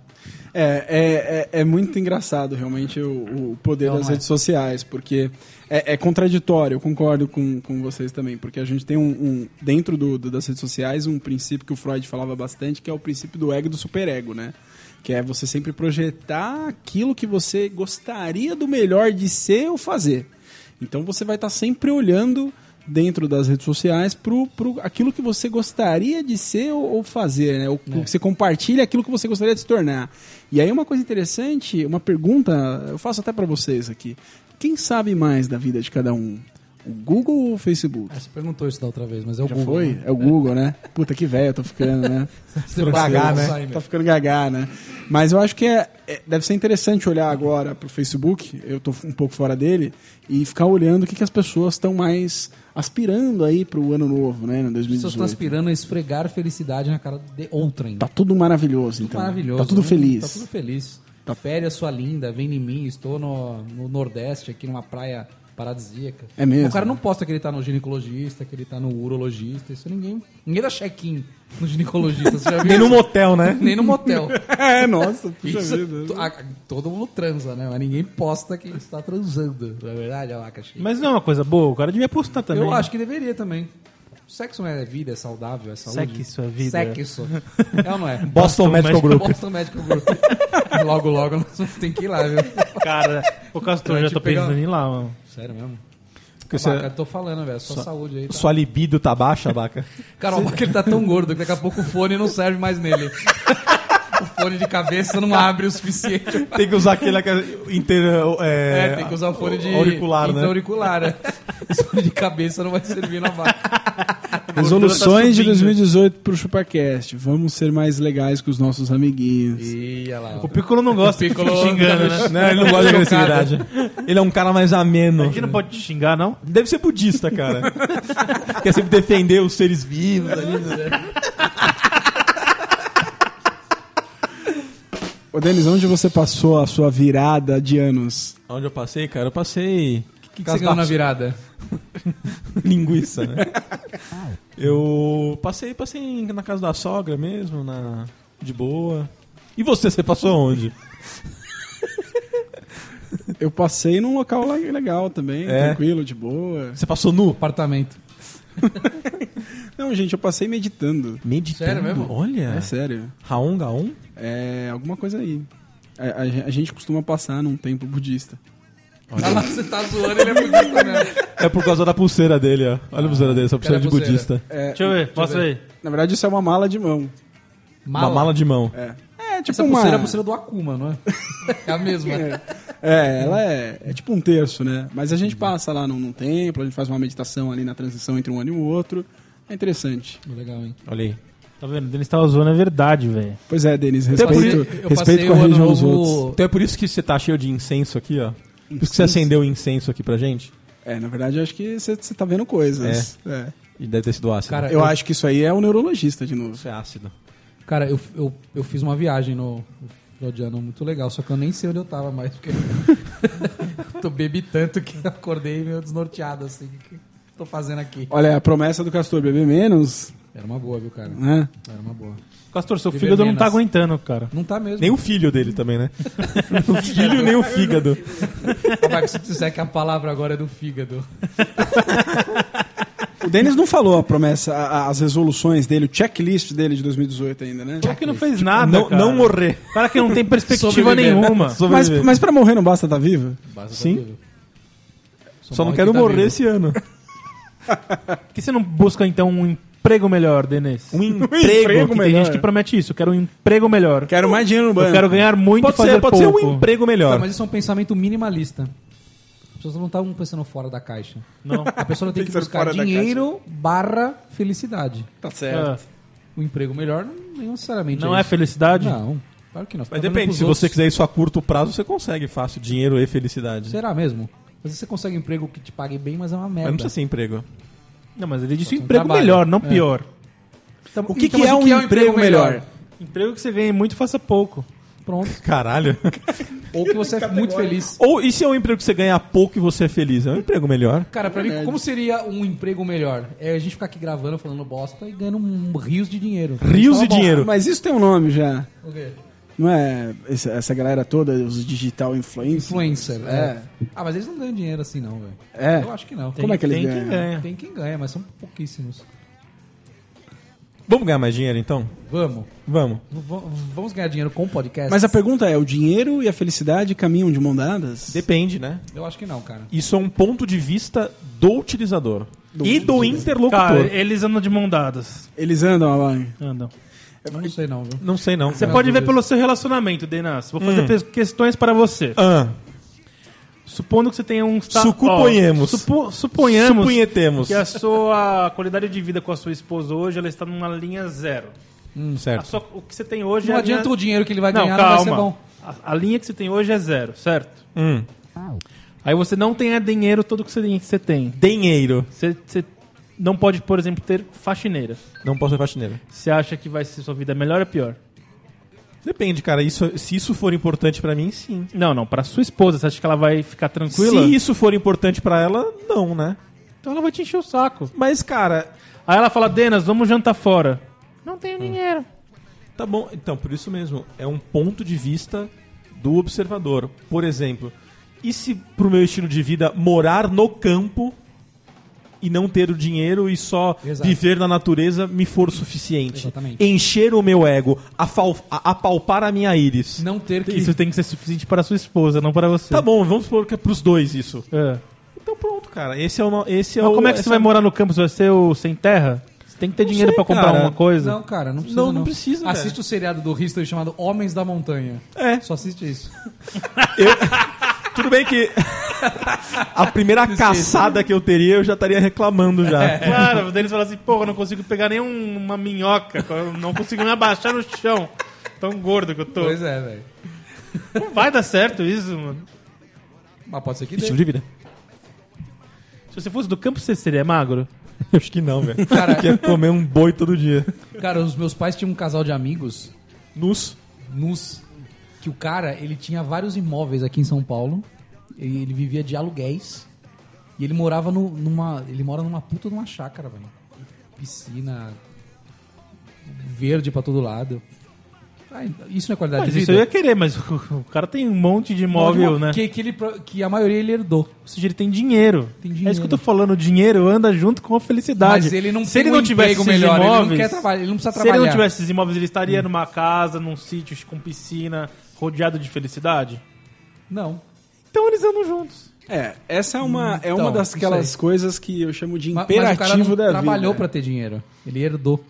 Speaker 5: É, é, é, é muito engraçado realmente o, o poder
Speaker 4: Não,
Speaker 5: das
Speaker 4: não é.
Speaker 5: redes sociais, porque é, é contraditório, eu concordo com, com vocês também, porque a gente tem um, um- dentro do, do- das redes sociais um princípio que o Freud falava bastante, que é o princípio do ego e do superego, né? Que é você sempre projetar aquilo que você gostaria do melhor de ser ou fazer. Então você vai estar sempre olhando dentro das redes sociais pro, pro aquilo que você gostaria de ser ou, ou fazer, né? O, o que você compartilha aquilo que você gostaria de se tornar. E aí uma coisa interessante, uma pergunta, eu faço até para vocês aqui. Quem sabe mais da vida de cada um? O Google ou o Facebook?
Speaker 4: Ah, você perguntou isso da outra vez, mas é o
Speaker 5: Já
Speaker 4: Google.
Speaker 5: foi?
Speaker 4: né?
Speaker 5: É o Google, né? Puta que velho eu tô ficando, né?
Speaker 4: Você
Speaker 5: Tô
Speaker 4: pode
Speaker 5: gagá,
Speaker 4: usar
Speaker 5: né?
Speaker 4: aí,
Speaker 5: Tá
Speaker 4: meu.
Speaker 5: ficando gagá, né? Mas eu acho que é, é- deve ser interessante olhar agora pro Facebook, eu tô um pouco fora dele, e ficar olhando o que, que as pessoas estão mais aspirando aí pro ano novo, né? No
Speaker 4: As pessoas estão
Speaker 5: 2018.
Speaker 4: aspirando a esfregar felicidade na cara de outrem.
Speaker 5: Tá tudo maravilhoso, então.
Speaker 4: Maravilhoso.
Speaker 5: Tá tudo
Speaker 4: né?
Speaker 5: feliz.
Speaker 4: Tá tudo feliz.
Speaker 5: Tá-
Speaker 4: Férias, sua linda, vem em mim, estou no, no Nordeste, aqui numa praia paradisíaca.
Speaker 5: É mesmo?
Speaker 4: O cara não posta que ele tá no ginecologista, que ele tá no urologista, isso ninguém... Ninguém dá check-in no ginecologista, você já viu
Speaker 2: Nem no
Speaker 4: isso?
Speaker 2: motel, né?
Speaker 4: Nem no motel.
Speaker 5: É, nossa, puxa
Speaker 4: Isso,
Speaker 5: vida.
Speaker 4: to- a- todo mundo transa, né? Mas ninguém posta que está transando, não é verdade, Abacaxi?
Speaker 3: Mas não é uma coisa boa, o cara devia postar também. né?
Speaker 4: Eu acho que deveria também. Sexo não é vida, é saudável, é saúde.
Speaker 3: Sexo é vida.
Speaker 4: Sexo. É ou não é?
Speaker 2: Boston, Medical
Speaker 3: Medical
Speaker 2: Group.
Speaker 4: Boston Medical Group. logo, logo, nós vamos ter que ir lá, viu?
Speaker 3: Cara, ô Castor,
Speaker 4: Então,
Speaker 3: já
Speaker 4: a gente
Speaker 3: tô
Speaker 4: pega-
Speaker 3: pensando em ir lá, mano.
Speaker 4: Sério mesmo?
Speaker 2: Porque você-
Speaker 4: Abaca, eu tô falando, velho. Sua saúde aí. Tá...
Speaker 2: Sua libido tá baixa, vaca.
Speaker 4: Cara, o Abaca, ele tá tão gordo que daqui a pouco o fone não serve mais nele. o fone de cabeça não abre o suficiente.
Speaker 2: Tem que usar aquele aquele inter,
Speaker 4: É,
Speaker 2: é,
Speaker 4: tem que usar o fone de
Speaker 2: auricular, né?
Speaker 4: auricular, né? O fone de cabeça não vai servir na vaca. tá
Speaker 5: Resoluções de
Speaker 3: subindo.
Speaker 5: 2018 pro ChupaCast. Vamos ser mais legais com os nossos amiguinhos.
Speaker 4: Ih, olha lá.
Speaker 3: O Piccolo não gosta que
Speaker 4: Piccolo
Speaker 3: fica xingando, né?
Speaker 4: tá
Speaker 2: Não, ele não gosta de agressividade. Ele é um cara mais ameno.
Speaker 3: A gente não pode te xingar, não?
Speaker 2: Deve ser budista, cara. Quer sempre defender os seres vivos ali.
Speaker 5: Ô, Denis, onde você passou a sua virada de anos?
Speaker 2: Onde eu passei, cara? Eu passei.
Speaker 4: O que, que você ganhou na virada?
Speaker 2: linguiça, né? Eu passei, passei na casa da sogra mesmo, na de boa. E você, você passou onde?
Speaker 5: Eu passei num local le- legal também,
Speaker 2: É.
Speaker 5: tranquilo, de boa.
Speaker 2: Você passou nu?
Speaker 4: Apartamento.
Speaker 5: Não, gente, eu passei meditando.
Speaker 2: Meditando.
Speaker 4: Sério mesmo?
Speaker 2: Olha.
Speaker 5: É, sério.
Speaker 2: Raon Gaon?
Speaker 5: É alguma coisa aí. A, a gen- a gente costuma passar num templo budista.
Speaker 4: Olha lá, você tá zoando, ele é budista mesmo.
Speaker 2: É por causa da pulseira dele, ó. Olha a pulseira dele, essa
Speaker 4: Cadê Ah,
Speaker 2: pulseira
Speaker 4: a
Speaker 2: de
Speaker 4: pulseira?
Speaker 2: budista.
Speaker 5: É,
Speaker 3: Deixa eu ver, mostra aí.
Speaker 5: na verdade, isso é uma mala de mão.
Speaker 4: Mala.
Speaker 2: Uma mala de mão.
Speaker 5: É, é tipo
Speaker 4: Essa
Speaker 5: uma...
Speaker 4: pulseira é a pulseira do Akuma, não é? É a mesma.
Speaker 5: É, ela é, é tipo um terço, né? Mas a gente passa lá num, num templo, a gente faz uma meditação ali na transição entre um ano e o outro. É interessante.
Speaker 4: Legal, hein?
Speaker 2: Olha aí.
Speaker 3: Tá vendo? O Denis tava zoando, é verdade, velho.
Speaker 5: Pois é, Denis,
Speaker 4: Então, por
Speaker 5: respeito,
Speaker 4: isso, eu passei
Speaker 5: respeito com a
Speaker 4: o ano
Speaker 5: religião dos
Speaker 4: novo-
Speaker 5: outros.
Speaker 2: Então é por isso que você tá cheio de incenso aqui, ó. Por isso que você
Speaker 5: Incenso?
Speaker 2: acendeu o incenso aqui pra gente.
Speaker 5: É, na verdade, eu acho que você tá vendo coisas. É.
Speaker 2: E deve ter sido ácido.
Speaker 4: Cara,
Speaker 5: Eu acho que isso aí é o neurologista de novo.
Speaker 2: isso é ácido.
Speaker 4: Cara, eu, eu, eu fiz uma viagem no no final de ano muito legal, só que eu nem sei onde eu tava mais, porque eu bebi tanto que eu acordei meio desnorteado, assim. O que eu tô fazendo aqui?
Speaker 5: Olha, a promessa do Castor, beber menos,
Speaker 4: Era uma boa, viu, cara?
Speaker 5: né?
Speaker 4: Era uma boa.
Speaker 3: Castor, seu
Speaker 4: Viver
Speaker 3: fígado não tá
Speaker 4: menos.
Speaker 2: né?
Speaker 3: aguentando, cara.
Speaker 4: Não tá mesmo.
Speaker 2: Nem o filho dele também, né? o filho nem o fígado.
Speaker 4: Vai que se disser que a palavra agora é do fígado.
Speaker 5: O Denis não falou a promessa, a- a- as resoluções dele, o checklist dele de 2018 ainda, né?
Speaker 3: Cara que não fez nada,
Speaker 2: não-
Speaker 3: cara.
Speaker 2: não morrer.
Speaker 3: Cara que não tem perspectiva
Speaker 4: Sobreviver.
Speaker 3: nenhuma.
Speaker 5: Mas,
Speaker 2: Sobreviver.
Speaker 5: mas pra morrer não basta estar vivo?
Speaker 2: Sim. Só não
Speaker 4: tá
Speaker 2: quero morrer esse ano.
Speaker 3: Por que você não busca, então, um emprego melhor, Denis?
Speaker 2: Um
Speaker 3: Porque
Speaker 2: emprego
Speaker 3: Tem
Speaker 2: melhor.
Speaker 3: gente que promete isso. Eu quero um emprego melhor.
Speaker 5: Quero mais dinheiro no banco.
Speaker 3: Eu quero ganhar muito e
Speaker 2: um Pode
Speaker 3: fazer
Speaker 2: ser, pode ser
Speaker 3: pouco.
Speaker 2: um emprego melhor.
Speaker 4: mas isso é um pensamento minimalista. As pessoas não estavam pensando fora da caixa.
Speaker 3: Não.
Speaker 4: A pessoa não tem que
Speaker 5: Pensando
Speaker 4: buscar
Speaker 5: fora da
Speaker 4: dinheiro barra felicidade.
Speaker 5: Tá
Speaker 3: Ah,
Speaker 2: É,
Speaker 4: Um emprego melhor não não necessariamente
Speaker 3: Não é
Speaker 4: isso.
Speaker 3: felicidade?
Speaker 4: Não, claro que não.
Speaker 2: Mas
Speaker 4: Tá dando
Speaker 2: depende,
Speaker 4: pros
Speaker 2: se
Speaker 4: outros.
Speaker 2: você quiser isso a curto prazo, você consegue fácil dinheiro e felicidade.
Speaker 4: Será mesmo? Às vezes você consegue um emprego que te pague bem, mas é uma
Speaker 2: Mas
Speaker 4: merda.
Speaker 2: não precisa ser emprego.
Speaker 3: Não, mas ele disse
Speaker 4: Só
Speaker 3: um
Speaker 4: tem
Speaker 3: emprego
Speaker 4: trabalho.
Speaker 3: melhor, não
Speaker 4: É.
Speaker 3: pior.
Speaker 4: Então-
Speaker 5: O que,
Speaker 4: então,
Speaker 5: que
Speaker 4: mas
Speaker 5: é um emprego melhor?
Speaker 3: Emprego que você ganhe muito e faça pouco.
Speaker 4: Pronto.
Speaker 2: Caralho.
Speaker 4: Ou que você é muito feliz.
Speaker 2: Ou e se é um emprego que você ganha pouco e você é feliz? É um emprego melhor.
Speaker 4: Cara, pra mim, como seria um emprego melhor? É a gente ficar aqui gravando, falando bosta e ganhando um rios de dinheiro.
Speaker 2: Rios de
Speaker 4: Tá bom.
Speaker 2: dinheiro.
Speaker 5: Mas isso tem um nome já.
Speaker 4: O quê?
Speaker 5: Não é esse- essa galera toda, os digital influencers?
Speaker 4: Influencer.
Speaker 5: É.
Speaker 4: É. Ah, mas eles não ganham dinheiro assim, não, velho.
Speaker 5: É.
Speaker 4: Eu acho que não.
Speaker 5: Como é que eles
Speaker 3: Tem
Speaker 5: ganham?
Speaker 3: que ganhar.
Speaker 4: Tem quem ganha, mas são pouquíssimos.
Speaker 2: Vamos ganhar mais dinheiro então?
Speaker 4: Vamos.
Speaker 2: Vamos.
Speaker 4: V- v- Vamos ganhar dinheiro com podcast?
Speaker 5: Mas a pergunta é, o dinheiro e a felicidade caminham de mão dadas?
Speaker 2: Depende, né?
Speaker 4: Eu acho que não, cara.
Speaker 2: Isso é um ponto de vista do utilizador e do
Speaker 3: Cara,
Speaker 2: interlocutor.
Speaker 3: eles andam de mão dadas.
Speaker 5: Eles andam lá.
Speaker 3: Andam.
Speaker 4: Eu não sei, não, viu?
Speaker 2: Não sei não.
Speaker 3: Você pode ver pelo seu relacionamento, Denas. Vou fazer pe- questões para você.
Speaker 2: Hum. Ah,
Speaker 3: Supondo que você tenha um sta-
Speaker 2: Sucuponhemos.
Speaker 3: Ó, supo- suponhamos
Speaker 2: Supunhetemos.
Speaker 3: que a sua qualidade de vida com a sua esposa hoje ela está numa linha zero. A
Speaker 2: Hum, certo.
Speaker 3: sua- o que você tem hoje
Speaker 4: Não
Speaker 3: é a
Speaker 4: adianta
Speaker 3: linha...
Speaker 4: o dinheiro que ele vai
Speaker 3: Não,
Speaker 4: ganhar, não vai
Speaker 3: calma.
Speaker 4: ser bom.
Speaker 3: A, a linha que você tem hoje é zero, certo?
Speaker 2: Hum.
Speaker 3: Aí você não tem a dinheiro todo que você tem. que Você, tem.
Speaker 2: Dinheiro.
Speaker 3: Você, você não pode, por exemplo, ter faxineira.
Speaker 2: Não posso ser faxineiro.
Speaker 3: Você acha que vai ser sua vida melhor ou pior?
Speaker 2: Depende, cara. Isso, se isso for importante pra mim, sim.
Speaker 3: Não, não. Para sua esposa, você acha que ela vai ficar tranquila?
Speaker 2: Se isso for importante pra ela, não, né?
Speaker 3: Então ela vai te encher o saco.
Speaker 2: Mas, cara,
Speaker 3: Aí ela fala, Denas, vamos jantar fora. Não tenho dinheiro.
Speaker 2: Tá bom, então, por isso mesmo, é um ponto de vista do observador. Por exemplo, e se pro meu estilo de vida morar no campo e não ter o dinheiro e só
Speaker 4: Exato.
Speaker 2: viver na natureza me for suficiente?
Speaker 4: Exatamente.
Speaker 2: Encher o meu ego, afal- a- apalpar a minha íris.
Speaker 4: Não ter que.
Speaker 3: Isso tem que ser suficiente para sua esposa, não para você.
Speaker 2: Tá bom, vamos supor que é pros dois isso.
Speaker 3: É.
Speaker 2: Então pronto, cara, esse é o... no- Esse é
Speaker 3: Mas
Speaker 2: o-
Speaker 3: como é que você
Speaker 2: essa-
Speaker 3: vai morar no campo? Você vai ser o sem terra? Você tem que ter
Speaker 2: Não
Speaker 3: dinheiro
Speaker 2: sei,
Speaker 3: para comprar
Speaker 2: cara.
Speaker 3: alguma coisa?
Speaker 4: Não, cara, não precisa.
Speaker 2: Não, não precisa,
Speaker 4: Assiste
Speaker 2: velho.
Speaker 4: o seriado do History chamado Homens da Montanha.
Speaker 2: É.
Speaker 4: Só assiste isso.
Speaker 2: Tudo bem que a primeira caçada que eu teria eu já estaria reclamando já.
Speaker 3: Claro, o Denis fala assim, porra, não consigo pegar nenhuma minhoca, eu não consigo me abaixar no chão. Tão gordo que eu tô.
Speaker 4: Pois é, velho.
Speaker 3: Não vai dar certo isso, mano.
Speaker 4: Mas pode ser que
Speaker 2: Estilo
Speaker 4: dê.
Speaker 2: de vida.
Speaker 3: Se você fosse do campo, você seria magro?
Speaker 2: Eu Acho que não, velho.
Speaker 4: Cara-
Speaker 2: Quer comer um boi todo dia.
Speaker 4: Cara, os meus pais tinham um casal de amigos
Speaker 2: Nus.
Speaker 4: nos que o cara, ele tinha vários imóveis aqui em São Paulo. Ele, ele vivia de aluguéis. E ele morava no- numa, ele mora numa puta de uma chácara, velho. Piscina verde pra todo lado. Ah, isso não é qualidade
Speaker 3: Mas
Speaker 4: de
Speaker 3: isso eu
Speaker 4: vida.
Speaker 3: ia querer, mas o, o cara tem um monte de imóvel, né?
Speaker 4: Que, que, ele, pro- que a maioria ele herdou.
Speaker 3: Ou seja, ele tem dinheiro.
Speaker 4: Tem
Speaker 3: É
Speaker 4: dinheiro.
Speaker 3: isso que eu tô falando, o dinheiro anda junto com a felicidade.
Speaker 4: Mas ele não
Speaker 3: Se
Speaker 4: tem
Speaker 3: ele
Speaker 4: um
Speaker 3: não tivesse
Speaker 4: emprego
Speaker 3: esses
Speaker 4: melhor, ele não
Speaker 3: imóveis,
Speaker 4: quer tá trabalhar, ele não precisa
Speaker 3: Se ele
Speaker 4: trabalhar.
Speaker 3: não tivesse esses imóveis, ele estaria numa casa, num sítio com piscina, rodeado de felicidade?
Speaker 4: Não.
Speaker 3: Então eles andam juntos.
Speaker 5: É, essa é uma, é
Speaker 4: Então,
Speaker 5: uma das
Speaker 4: isso
Speaker 5: aquelas
Speaker 4: aí.
Speaker 5: coisas que eu chamo de
Speaker 4: Ma- Mas o cara não
Speaker 5: imperativo da
Speaker 4: trabalhou pra
Speaker 5: vida.
Speaker 4: ter dinheiro. Ele herdou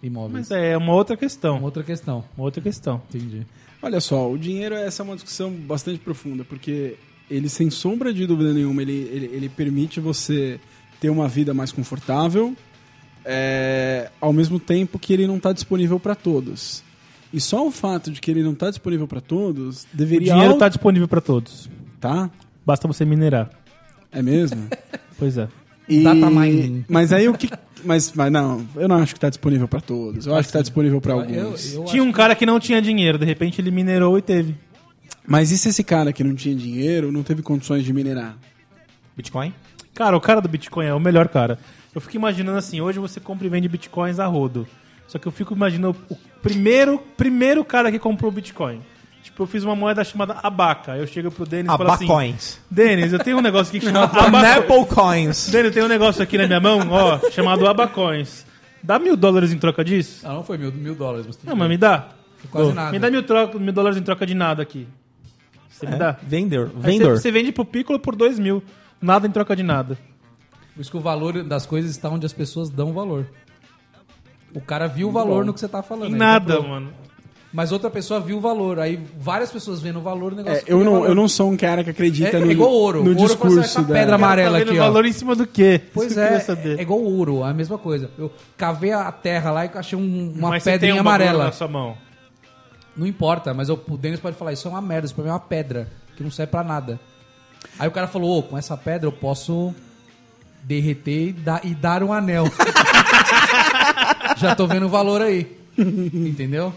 Speaker 4: imóveis.
Speaker 3: Mas é uma outra
Speaker 4: Uma
Speaker 3: questão.
Speaker 4: outra questão.
Speaker 3: Uma outra questão.
Speaker 4: Entendi.
Speaker 5: Olha só, o dinheiro, essa é uma discussão bastante profunda, porque ele, sem sombra de dúvida nenhuma, ele, ele, ele permite você ter uma vida mais confortável, é, ao mesmo tempo que ele não está disponível para todos. E só o fato de que ele não está disponível para todos
Speaker 3: O
Speaker 5: deveria...
Speaker 3: dinheiro
Speaker 5: au-
Speaker 3: tá disponível para todos.
Speaker 5: Tá?
Speaker 3: Basta você minerar.
Speaker 5: É mesmo?
Speaker 3: Pois é.
Speaker 5: E-
Speaker 4: Data mining.
Speaker 5: Mas aí o que. Mas, mas não, eu não acho que tá disponível pra todos. Eu acho que tá disponível pra alguns.
Speaker 4: Assim, Eu, eu
Speaker 3: Tinha um cara que não tinha dinheiro, de repente ele minerou e teve.
Speaker 5: Mas e se esse cara que não tinha dinheiro não teve condições de minerar?
Speaker 2: Bitcoin?
Speaker 3: Cara, o cara do Bitcoin é o melhor cara. Eu fico imaginando assim, hoje você compra e vende Bitcoins a rodo. Só que eu fico imaginando o primeiro, primeiro cara que comprou Bitcoin. Tipo, eu fiz uma moeda chamada abaca. Eu chego pro Denis e falo assim:
Speaker 7: Abacoins. é
Speaker 3: Denis, eu tenho um negócio aqui que chama abaca.
Speaker 7: Ah, Apple Coins.
Speaker 3: Denis, eu tenho um negócio aqui na minha mão, ó, chamado abacões. Dá mil dólares em troca disso?
Speaker 4: Ah, não foi mil, mil dólares, mas tudo
Speaker 3: Não,
Speaker 4: bem.
Speaker 3: mas me dá.
Speaker 4: Quase
Speaker 3: Ô,
Speaker 4: nada.
Speaker 3: Me dá mil, troca, mil dólares em troca de nada aqui. Você me dá?
Speaker 7: Vendor.
Speaker 3: É? Aí
Speaker 7: É. Vendor.
Speaker 3: Você, você vende pro Piccolo por dois mil. Nada em troca de nada.
Speaker 4: Por isso que o valor das coisas está onde as pessoas dão valor. O cara viu o valor no que você tá falando.
Speaker 3: Em
Speaker 4: ele
Speaker 3: nada,
Speaker 4: comprou.
Speaker 3: mano.
Speaker 4: Mas outra pessoa viu o valor. Aí várias pessoas vendo o valor, o negócio
Speaker 5: É, eu,
Speaker 4: ganha
Speaker 5: não,
Speaker 4: valor.
Speaker 5: eu não sou um cara que acredita
Speaker 4: É- é
Speaker 5: no,
Speaker 4: igual ouro.
Speaker 5: no
Speaker 4: Ouro você vai
Speaker 5: discurso
Speaker 4: com a
Speaker 5: da...
Speaker 4: pedra amarela.
Speaker 3: Tá vendo
Speaker 4: aqui, ó.
Speaker 3: valor em cima do quê?
Speaker 4: Pois
Speaker 3: Isso que eu
Speaker 4: é,
Speaker 3: queria saber.
Speaker 4: é igual ouro, é a mesma coisa. Eu cavei a terra lá e achei um- uma
Speaker 3: Mas você tem
Speaker 4: pedrinha
Speaker 3: um bagulho
Speaker 4: amarela.
Speaker 3: na sua mão.
Speaker 4: Não importa, mas eu- o Denis pode falar, isso é uma merda, isso pra mim é uma pedra, que não serve pra nada. Aí o cara falou, ô, com essa pedra eu posso derreter e, dar- e dar um anel. Já tô vendo o valor aí. Entendeu?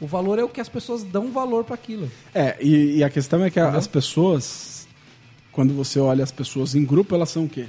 Speaker 4: O valor é o que as pessoas dão valor pra aquilo.
Speaker 5: É, e, e a questão é que a- as pessoas, quando você olha as pessoas em grupo, elas são o quê?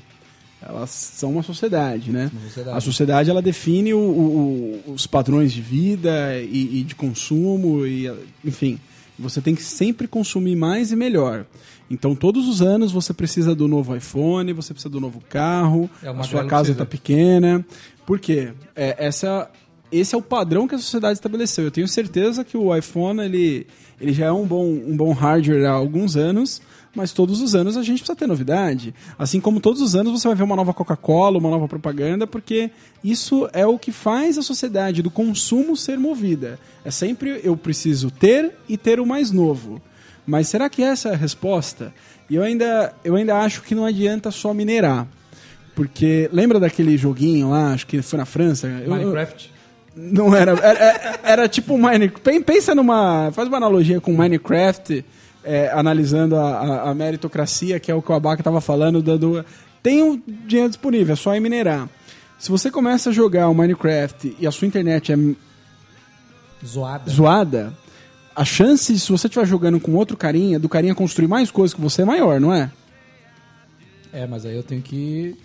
Speaker 5: Elas são uma sociedade, né?
Speaker 4: sociedade.
Speaker 5: A sociedade ela define o- o- o- os padrões de vida e, e de consumo, e, enfim. Você tem que sempre consumir mais e melhor. Então, todos os anos você precisa do novo iPhone, você precisa do novo carro,
Speaker 4: É, o
Speaker 5: a
Speaker 4: Magrelo
Speaker 5: sua casa tá
Speaker 4: precisa.
Speaker 5: está pequena. Por quê? É, essa, esse é o padrão que a sociedade estabeleceu. Eu tenho certeza que o iPhone ele, ele já é um bom, um bom hardware há alguns anos, mas todos os anos a gente precisa ter novidade. Assim como todos os anos você vai ver uma nova Coca-Cola, uma nova propaganda, porque isso é o que faz a sociedade do consumo ser movida. É sempre eu preciso ter e ter o mais novo. Mas será que essa é a resposta? E eu ainda, eu ainda acho que não adianta só minerar. Porque lembra daquele joguinho lá, acho que foi na França? Eu-
Speaker 4: Minecraft.
Speaker 5: não era. Era, era- era tipo Minecraft. Pensa numa. Faz uma analogia com Minecraft, é, analisando a, a- a meritocracia, que é o que o Abaca estava falando. Dando, tem um dinheiro disponível, é só ir minerar. Se você começa a jogar o Minecraft e a sua internet é
Speaker 4: Zoada.
Speaker 5: zoada, a chance, se você estiver jogando com outro carinha, do carinha construir mais coisas que você é maior, não é?
Speaker 4: É, mas aí eu tenho que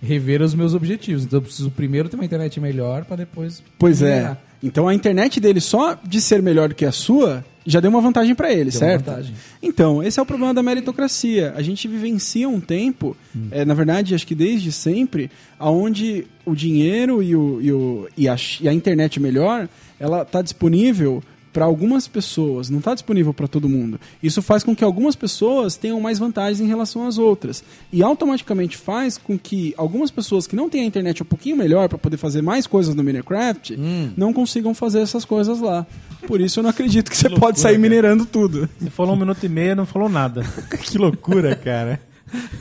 Speaker 4: rever os meus objetivos. Então eu preciso primeiro ter uma internet melhor pra depois.
Speaker 5: Pois é.
Speaker 4: melhorar.
Speaker 5: Então a internet dele só de ser melhor do que a sua já deu uma vantagem pra ele,
Speaker 4: Deu uma
Speaker 5: certo?
Speaker 4: vantagem.
Speaker 5: Então, esse é o problema da meritocracia. A gente vivencia um tempo,
Speaker 4: Hum.
Speaker 5: é, na verdade, acho que desde sempre, aonde o dinheiro e, o, e, o- e a, ch- e a internet melhor, ela tá disponível para algumas pessoas, não está disponível para todo mundo. Isso faz com que algumas pessoas tenham mais vantagens em relação às outras. E automaticamente faz com que algumas pessoas que não têm a internet um pouquinho melhor para poder fazer mais coisas no Minecraft,
Speaker 4: Hum.
Speaker 5: não consigam fazer essas coisas lá. Por isso eu não acredito que você pode sair minerando tudo.
Speaker 3: Você falou um minuto e meio, não falou nada.
Speaker 7: Que loucura, cara.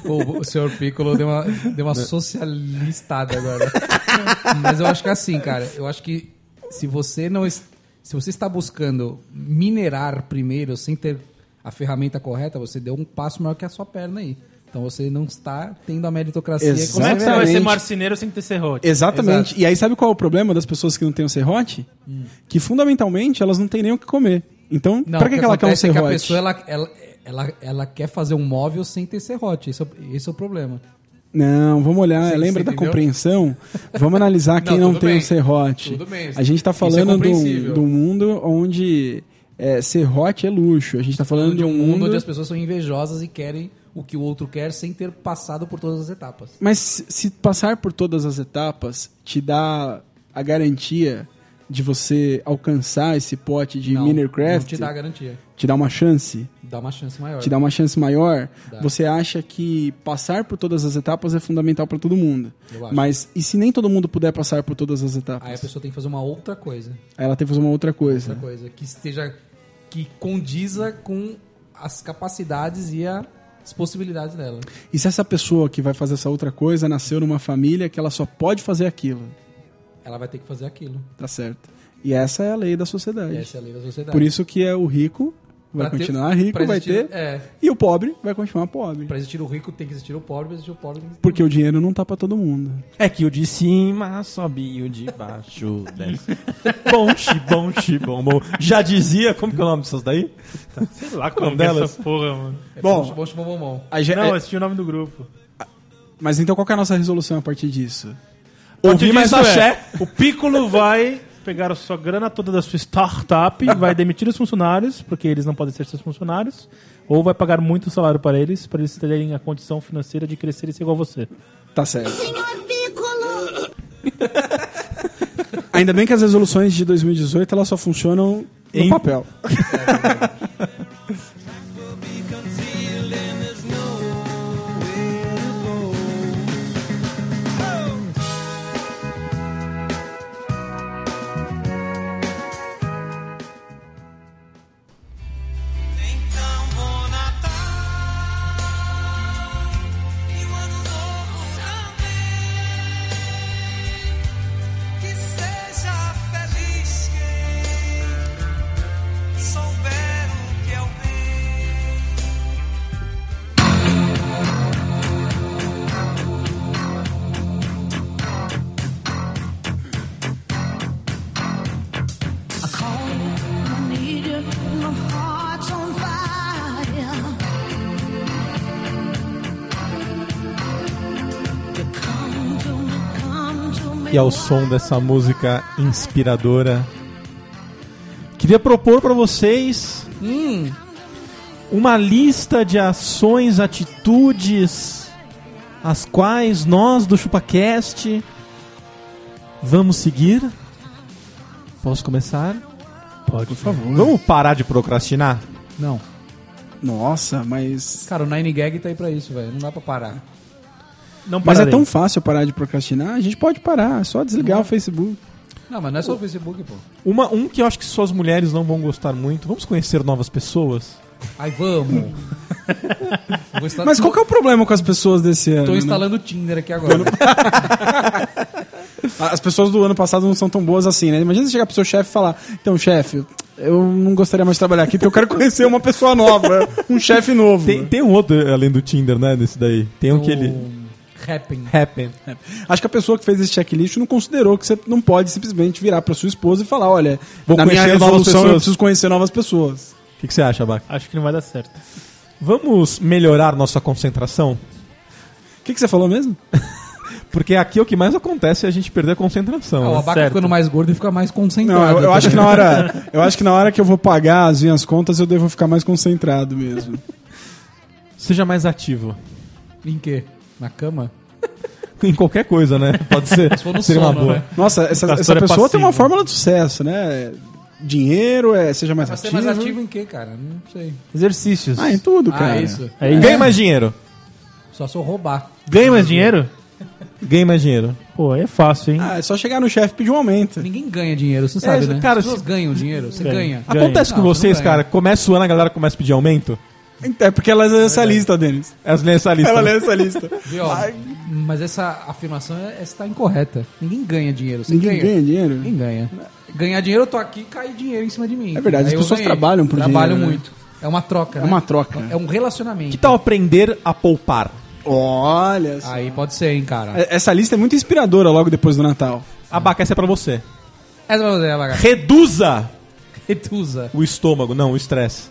Speaker 4: O, o senhor Piccolo deu uma, deu
Speaker 5: Né?
Speaker 4: uma socialistada agora. Mas eu acho que é assim, cara. Eu acho que se você não. es- Se você está buscando minerar primeiro sem ter a ferramenta correta, você deu um passo maior que a sua perna aí. Então você não está tendo a meritocracia que
Speaker 3: Como é que você vai
Speaker 5: Exatamente.
Speaker 3: ser marceneiro sem ter serrote?
Speaker 5: Exatamente. E aí sabe qual é o problema das pessoas que não têm o serrote? Que fundamentalmente elas não têm nem o que comer. Então,
Speaker 4: Hum. Não,
Speaker 5: pra
Speaker 4: o
Speaker 5: que,
Speaker 4: que
Speaker 5: que ela quer um
Speaker 4: acontece é que
Speaker 5: serrote?
Speaker 4: a pessoa ela, ela, ela, ela quer fazer um móvel sem ter serrote. Esse é, o- esse é o problema.
Speaker 5: Não, vamos olhar,
Speaker 4: Você-
Speaker 5: lembra
Speaker 4: você
Speaker 5: da
Speaker 4: entendeu?
Speaker 5: compreensão? Vamos analisar quem
Speaker 4: Não,
Speaker 5: não,
Speaker 4: tudo
Speaker 5: tem
Speaker 4: bem.
Speaker 5: o serrote.
Speaker 4: Tudo bem,
Speaker 5: A gente tá
Speaker 4: isso é
Speaker 5: falando de um,
Speaker 4: compreensível.
Speaker 5: de um mundo onde é, serrote é luxo. A gente tá falando de um mundo.
Speaker 4: onde as pessoas são invejosas e querem o que o outro quer sem ter passado por todas as etapas.
Speaker 5: Mas se- se passar por todas as etapas, te dá a garantia de você alcançar esse pote de
Speaker 4: Não,
Speaker 5: Minecraft?
Speaker 4: Não te dá garantia.
Speaker 5: te dá uma chance?
Speaker 4: Dá uma chance maior.
Speaker 5: te dá uma chance maior,
Speaker 4: Dá.
Speaker 5: você acha que passar por todas as etapas é fundamental para todo mundo.
Speaker 4: Eu acho.
Speaker 5: Mas e se nem todo mundo puder passar por todas as etapas?
Speaker 4: Aí a pessoa tem que fazer uma outra coisa.
Speaker 5: Aí ela tem que fazer uma outra coisa.
Speaker 4: Outra coisa. Que esteja. Que condiza com as capacidades e a- as possibilidades dela.
Speaker 5: E se essa pessoa que vai fazer essa outra coisa nasceu numa família que ela só pode fazer aquilo?
Speaker 4: Ela vai ter que fazer aquilo.
Speaker 5: Tá certo. E essa é a lei da
Speaker 4: E
Speaker 5: sociedade.
Speaker 4: essa é a lei da sociedade.
Speaker 5: Por isso que é o rico
Speaker 4: Pra
Speaker 5: vai
Speaker 4: ter-
Speaker 5: continuar rico,
Speaker 4: pra
Speaker 5: vai
Speaker 4: existir-
Speaker 5: ter,
Speaker 4: É.
Speaker 5: e o pobre vai continuar pobre.
Speaker 4: Pra existir o rico tem que existir o pobre, pra existir o pobre tem que existir
Speaker 5: Porque o dinheiro não tá para todo mundo.
Speaker 7: É que o de cima sobe e o de baixo desce. Bom, bom, bom, bom. Já dizia, como que é o nome dessas daí?
Speaker 3: Sei lá
Speaker 7: Qual
Speaker 3: como
Speaker 7: o
Speaker 3: que é
Speaker 7: delas?
Speaker 3: essa porra, mano.
Speaker 4: É
Speaker 5: Bom.
Speaker 4: bom, bom, bom, bom.
Speaker 5: A ge-
Speaker 3: Não,
Speaker 5: é-
Speaker 3: assisti o nome do grupo.
Speaker 5: Mas então qual que é a nossa resolução a partir disso?
Speaker 3: A partir
Speaker 7: Ouvi mais
Speaker 3: disso é,
Speaker 7: axé.
Speaker 3: o Piccolo vai pegar a sua grana toda da sua startup, vai demitir os funcionários, porque eles não podem ser seus funcionários, ou vai pagar muito salário para eles, para eles terem a condição financeira de crescer e ser igual a você.
Speaker 5: Tá certo. Ainda bem que as resoluções de 2018 elas só funcionam no
Speaker 2: Em-
Speaker 5: papel.
Speaker 6: Então bom Natal e o ano novo também. Que seja feliz quem souber o que é o bem.
Speaker 8: I call you, I need you, my heart's on fire. You come to me, come to me.
Speaker 2: E ao som dessa música inspiradora, queria propor para vocês uma lista de ações, atitudes, as quais nós do ChupaCast vamos seguir. Posso começar?
Speaker 5: Por favor.
Speaker 2: Vamos parar de procrastinar?
Speaker 4: Não.
Speaker 5: Nossa, mas.
Speaker 4: Cara, o Nine Gag tá aí pra isso, velho. Não dá pra parar.
Speaker 3: Não
Speaker 5: Mas é
Speaker 3: pararei.
Speaker 5: tão fácil parar de procrastinar, a gente pode parar, é só desligar o Facebook.
Speaker 4: Não, mas não é só o Facebook, pô.
Speaker 2: Uma, um que eu acho que só as mulheres não vão gostar muito. Vamos conhecer novas pessoas?
Speaker 4: Aí vamos. Vou instalar-
Speaker 5: Mas qual que é o problema com as pessoas desse ano?
Speaker 4: Tá Tô
Speaker 5: né?
Speaker 4: instalando o Tinder aqui agora.
Speaker 5: As pessoas do ano passado não são tão boas assim, né? Imagina você chegar pro seu chefe e falar: Então, chefe, eu não gostaria mais de trabalhar aqui porque eu quero conhecer uma pessoa nova, um chefe novo.
Speaker 2: Tem, tem um outro além do Tinder, né? Nesse daí. Tem um que ele.
Speaker 4: Happen.
Speaker 2: Happen.
Speaker 5: É. Acho que a pessoa que fez esse checklist não considerou que você não pode simplesmente virar pra sua esposa e falar: Olha,
Speaker 2: Vou
Speaker 5: na minha
Speaker 2: conhecer novas
Speaker 5: resolução eu
Speaker 2: pessoas."
Speaker 5: preciso conhecer novas pessoas.
Speaker 2: O que, que você acha, Bac?
Speaker 3: Acho que não vai dar certo.
Speaker 2: Vamos melhorar nossa concentração?
Speaker 5: O que, que você falou mesmo?
Speaker 2: Porque aqui o que mais acontece é a gente perder a concentração.
Speaker 4: Ah, o
Speaker 2: né?
Speaker 4: abaca
Speaker 3: certo.
Speaker 4: ficando mais gordo e fica mais concentrado.
Speaker 5: Não, eu, eu
Speaker 4: também.
Speaker 5: acho que na hora, eu acho que na hora que eu vou pagar as minhas contas, eu devo ficar mais concentrado mesmo.
Speaker 2: Seja mais ativo.
Speaker 4: Em quê? Na cama?
Speaker 2: Em qualquer coisa, né? Pode ser.
Speaker 4: for no
Speaker 2: seria uma
Speaker 4: sono,
Speaker 2: boa.
Speaker 4: né?
Speaker 5: Nossa, essa, essa
Speaker 3: Castor é
Speaker 5: pessoa tem uma
Speaker 3: passivo.
Speaker 5: fórmula de sucesso, né? Dinheiro, é, seja mais
Speaker 4: Mas ser
Speaker 5: ativo.
Speaker 4: mais ativo em quê, cara? Não sei.
Speaker 3: Exercícios.
Speaker 5: Ah, em tudo, cara.
Speaker 4: Ah, isso.
Speaker 3: É isso.
Speaker 2: Ganhe mais dinheiro.
Speaker 4: Só se eu roubar.
Speaker 3: Ganha mais dinheiro?
Speaker 2: Ganhe mais dinheiro.
Speaker 3: Pô, aí é fácil, hein?
Speaker 5: Ah, é só chegar no chefe e pedir um aumento.
Speaker 4: Ninguém ganha dinheiro, você sabe,
Speaker 2: É,
Speaker 4: né?
Speaker 2: cara,
Speaker 4: As pessoas
Speaker 2: se-
Speaker 4: ganham dinheiro,
Speaker 5: É.
Speaker 4: você ganha.
Speaker 3: Ganha.
Speaker 2: Acontece com
Speaker 4: Não, você
Speaker 2: vocês,
Speaker 4: não ganha.
Speaker 2: cara. Começa o ano, a galera começa a pedir aumento.
Speaker 5: É porque ela lê essa lista, Denis.
Speaker 2: Elas leem essa lista.
Speaker 5: Ela
Speaker 2: né?
Speaker 5: lê essa lista.
Speaker 4: Viu? Mas essa afirmação é- está incorreta. Ninguém ganha dinheiro, você
Speaker 5: Ninguém ganha dinheiro?
Speaker 4: Ninguém ganha. Ganhar dinheiro, eu tô aqui, cai dinheiro em cima de mim.
Speaker 5: É verdade,
Speaker 4: Aí
Speaker 5: as
Speaker 4: eu
Speaker 5: pessoas trabalham por
Speaker 4: Trabalham
Speaker 5: dinheiro, né?
Speaker 4: muito. É uma troca,
Speaker 5: É
Speaker 4: né?
Speaker 5: uma troca.
Speaker 4: É um relacionamento.
Speaker 2: Que tal aprender a poupar?
Speaker 5: Olha só.
Speaker 4: Aí pode ser, hein, cara.
Speaker 5: É- Essa lista é muito inspiradora logo depois do Natal.
Speaker 2: Abaca, essa é pra você.
Speaker 4: Essa é vai fazer, Abaca.
Speaker 2: Reduza
Speaker 4: Retusa.
Speaker 2: o estômago, não, o estresse.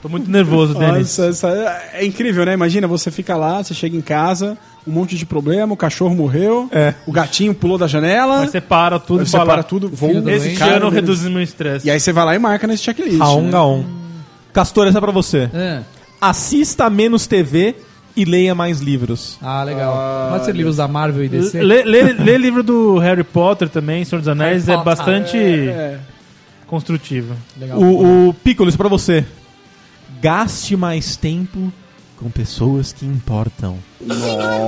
Speaker 3: Tô muito nervoso, Denis.
Speaker 5: Nossa, essa- é incrível, né? Imagina, você fica lá, você chega em casa, um monte de problema, o cachorro morreu,
Speaker 2: É.
Speaker 5: o gatinho pulou da janela,
Speaker 3: Mas você para tudo
Speaker 5: você
Speaker 3: e fala.
Speaker 5: separa tudo, vou
Speaker 4: do
Speaker 3: Esse
Speaker 4: Cara,
Speaker 3: ano eu
Speaker 5: Denis.
Speaker 3: reduzi meu estresse.
Speaker 5: E aí você vai lá e marca nesse checklist.
Speaker 2: Aon,
Speaker 5: né?
Speaker 2: gaon. um Castor, essa é pra você.
Speaker 4: Ah,
Speaker 2: Assista menos TV e leia mais livros.
Speaker 4: ah, legal. pode ser livros da Marvel e DC?
Speaker 5: é
Speaker 3: Lê, lê, lê livro do Harry Potter também, Senhor dos Anéis,
Speaker 4: Harry
Speaker 3: é
Speaker 4: Potter.
Speaker 3: bastante
Speaker 5: É.
Speaker 3: construtivo.
Speaker 4: legal.
Speaker 2: O, o Piccolo, isso pra você. Gaste mais tempo com pessoas que importam.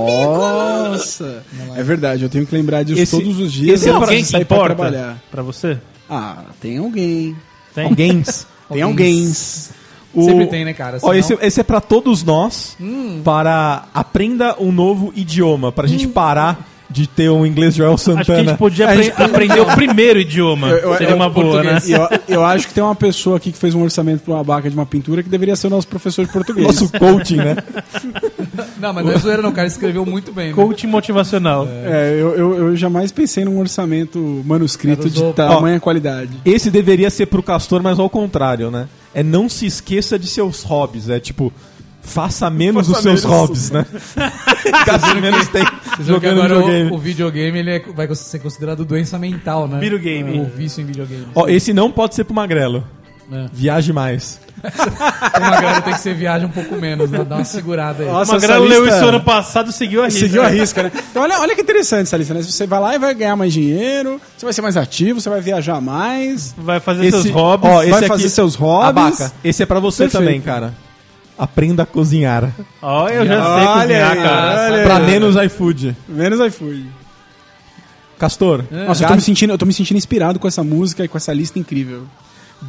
Speaker 5: Nossa! É verdade, eu tenho que lembrar disso
Speaker 2: Esse-
Speaker 5: todos os dias.
Speaker 2: esse é
Speaker 5: antes de
Speaker 3: alguém que
Speaker 5: sair pra
Speaker 3: importa?
Speaker 5: trabalhar.
Speaker 3: Pra você?
Speaker 5: Ah, tem alguém.
Speaker 3: Tem?
Speaker 2: Alguém.
Speaker 5: Tem alguém.
Speaker 4: Sempre tem, né, cara?
Speaker 2: Ó,
Speaker 4: Senão-
Speaker 2: esse, esse é pra todos nós. Para aprenda um novo idioma. Pra gente parar de ter um inglês Joel
Speaker 3: Acho que a
Speaker 2: Santana.
Speaker 3: gente podia apre- aprender o primeiro idioma.
Speaker 5: Eu- eu-
Speaker 3: Seria
Speaker 5: eu-
Speaker 3: uma boa, né?
Speaker 5: E Eu, eu acho que tem uma pessoa aqui que fez um orçamento pra uma abaca de uma pintura que deveria ser o nosso professor de português.
Speaker 2: Nosso coaching, né?
Speaker 4: Não, mas não é zoeira não, cara. Escreveu muito bem. né?
Speaker 3: Coaching motivacional.
Speaker 5: É, eu, eu, eu jamais pensei num orçamento manuscrito
Speaker 4: Cara,
Speaker 5: de
Speaker 4: usou-
Speaker 5: tamanha qualidade.
Speaker 2: Esse deveria ser pro Castor, mas ao contrário, né? É não se esqueça de seus hobbies. É tipo, Faça menos os
Speaker 3: Faça
Speaker 2: seus
Speaker 3: menos.
Speaker 2: hobbies, né? Gaste menos tempo
Speaker 4: Vocês viram que
Speaker 2: jogando
Speaker 4: agora
Speaker 2: videogame.
Speaker 4: o, o videogame ele é- vai ser considerado doença mental, né?
Speaker 3: Videogame.
Speaker 4: O vício em videogame.
Speaker 2: Ó, esse não pode ser pro magrelo.
Speaker 4: É.
Speaker 2: Viaje mais.
Speaker 4: Uma Então galera tem que ser viagem um pouco menos, né? Dá uma segurada aí.
Speaker 3: O
Speaker 5: Nossa,
Speaker 3: Magrelo
Speaker 5: essa
Speaker 3: leu
Speaker 5: lista-
Speaker 3: isso ano passado e seguiu a risca.
Speaker 5: Seguiu a risca, né? Então olha, olha que interessante essa lista, né? Você vai lá e vai ganhar mais dinheiro, você vai ser mais ativo, você vai viajar mais.
Speaker 3: Vai fazer seus hobbies.
Speaker 2: ó, esse
Speaker 5: vai
Speaker 2: aqui,
Speaker 5: fazer seus hobbies.
Speaker 2: Abaca, esse é pra você
Speaker 5: Perfeito.
Speaker 2: também, cara. Aprenda a cozinhar.
Speaker 3: Ó, eu já sei
Speaker 5: Olha
Speaker 3: cozinhar,
Speaker 5: aí,
Speaker 3: cara.
Speaker 5: olha aí.
Speaker 2: Pra menos iFood.
Speaker 5: Menos iFood.
Speaker 2: Castor,
Speaker 5: É. Nossa, eu tô, me sentindo, eu tô me sentindo inspirado com essa música e com essa lista incrível.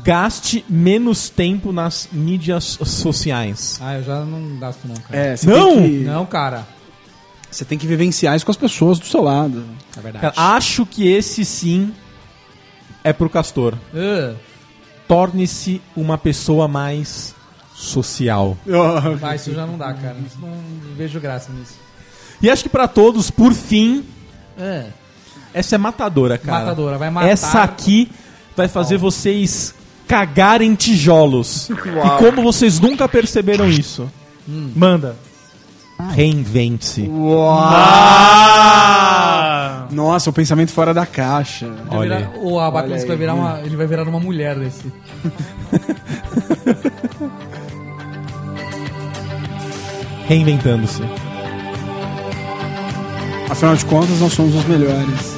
Speaker 2: gaste menos tempo nas mídias sociais.
Speaker 4: Ah, eu já não gasto não, cara.
Speaker 5: É, você
Speaker 2: Não!
Speaker 5: Tem que,
Speaker 4: Não, cara.
Speaker 5: Você tem que vivenciar isso com as pessoas do seu lado.
Speaker 4: É verdade.
Speaker 2: Cara, acho que esse sim é pro Castor.
Speaker 4: Ah,
Speaker 2: Torne-se uma pessoa mais social.
Speaker 4: vai, isso já não dá, cara. Isso não vejo graça nisso.
Speaker 2: E acho que pra todos, por fim,
Speaker 4: Ah,
Speaker 2: essa é matadora, cara.
Speaker 4: matadora, vai matar.
Speaker 2: Essa aqui vai fazer vocês cagarem tijolos. E como vocês nunca perceberam isso?
Speaker 4: Hum.
Speaker 3: Manda.
Speaker 2: Reinvente-se.
Speaker 3: Ah!
Speaker 5: Nossa, o pensamento fora da caixa.
Speaker 4: Vai
Speaker 2: Olha
Speaker 4: virar- o Abaca
Speaker 5: Olha
Speaker 4: disse que vai
Speaker 5: aí.
Speaker 4: virar uma, ele vai virar uma mulher desse.
Speaker 2: Reinventando-se.
Speaker 5: Afinal de contas, nós somos os melhores.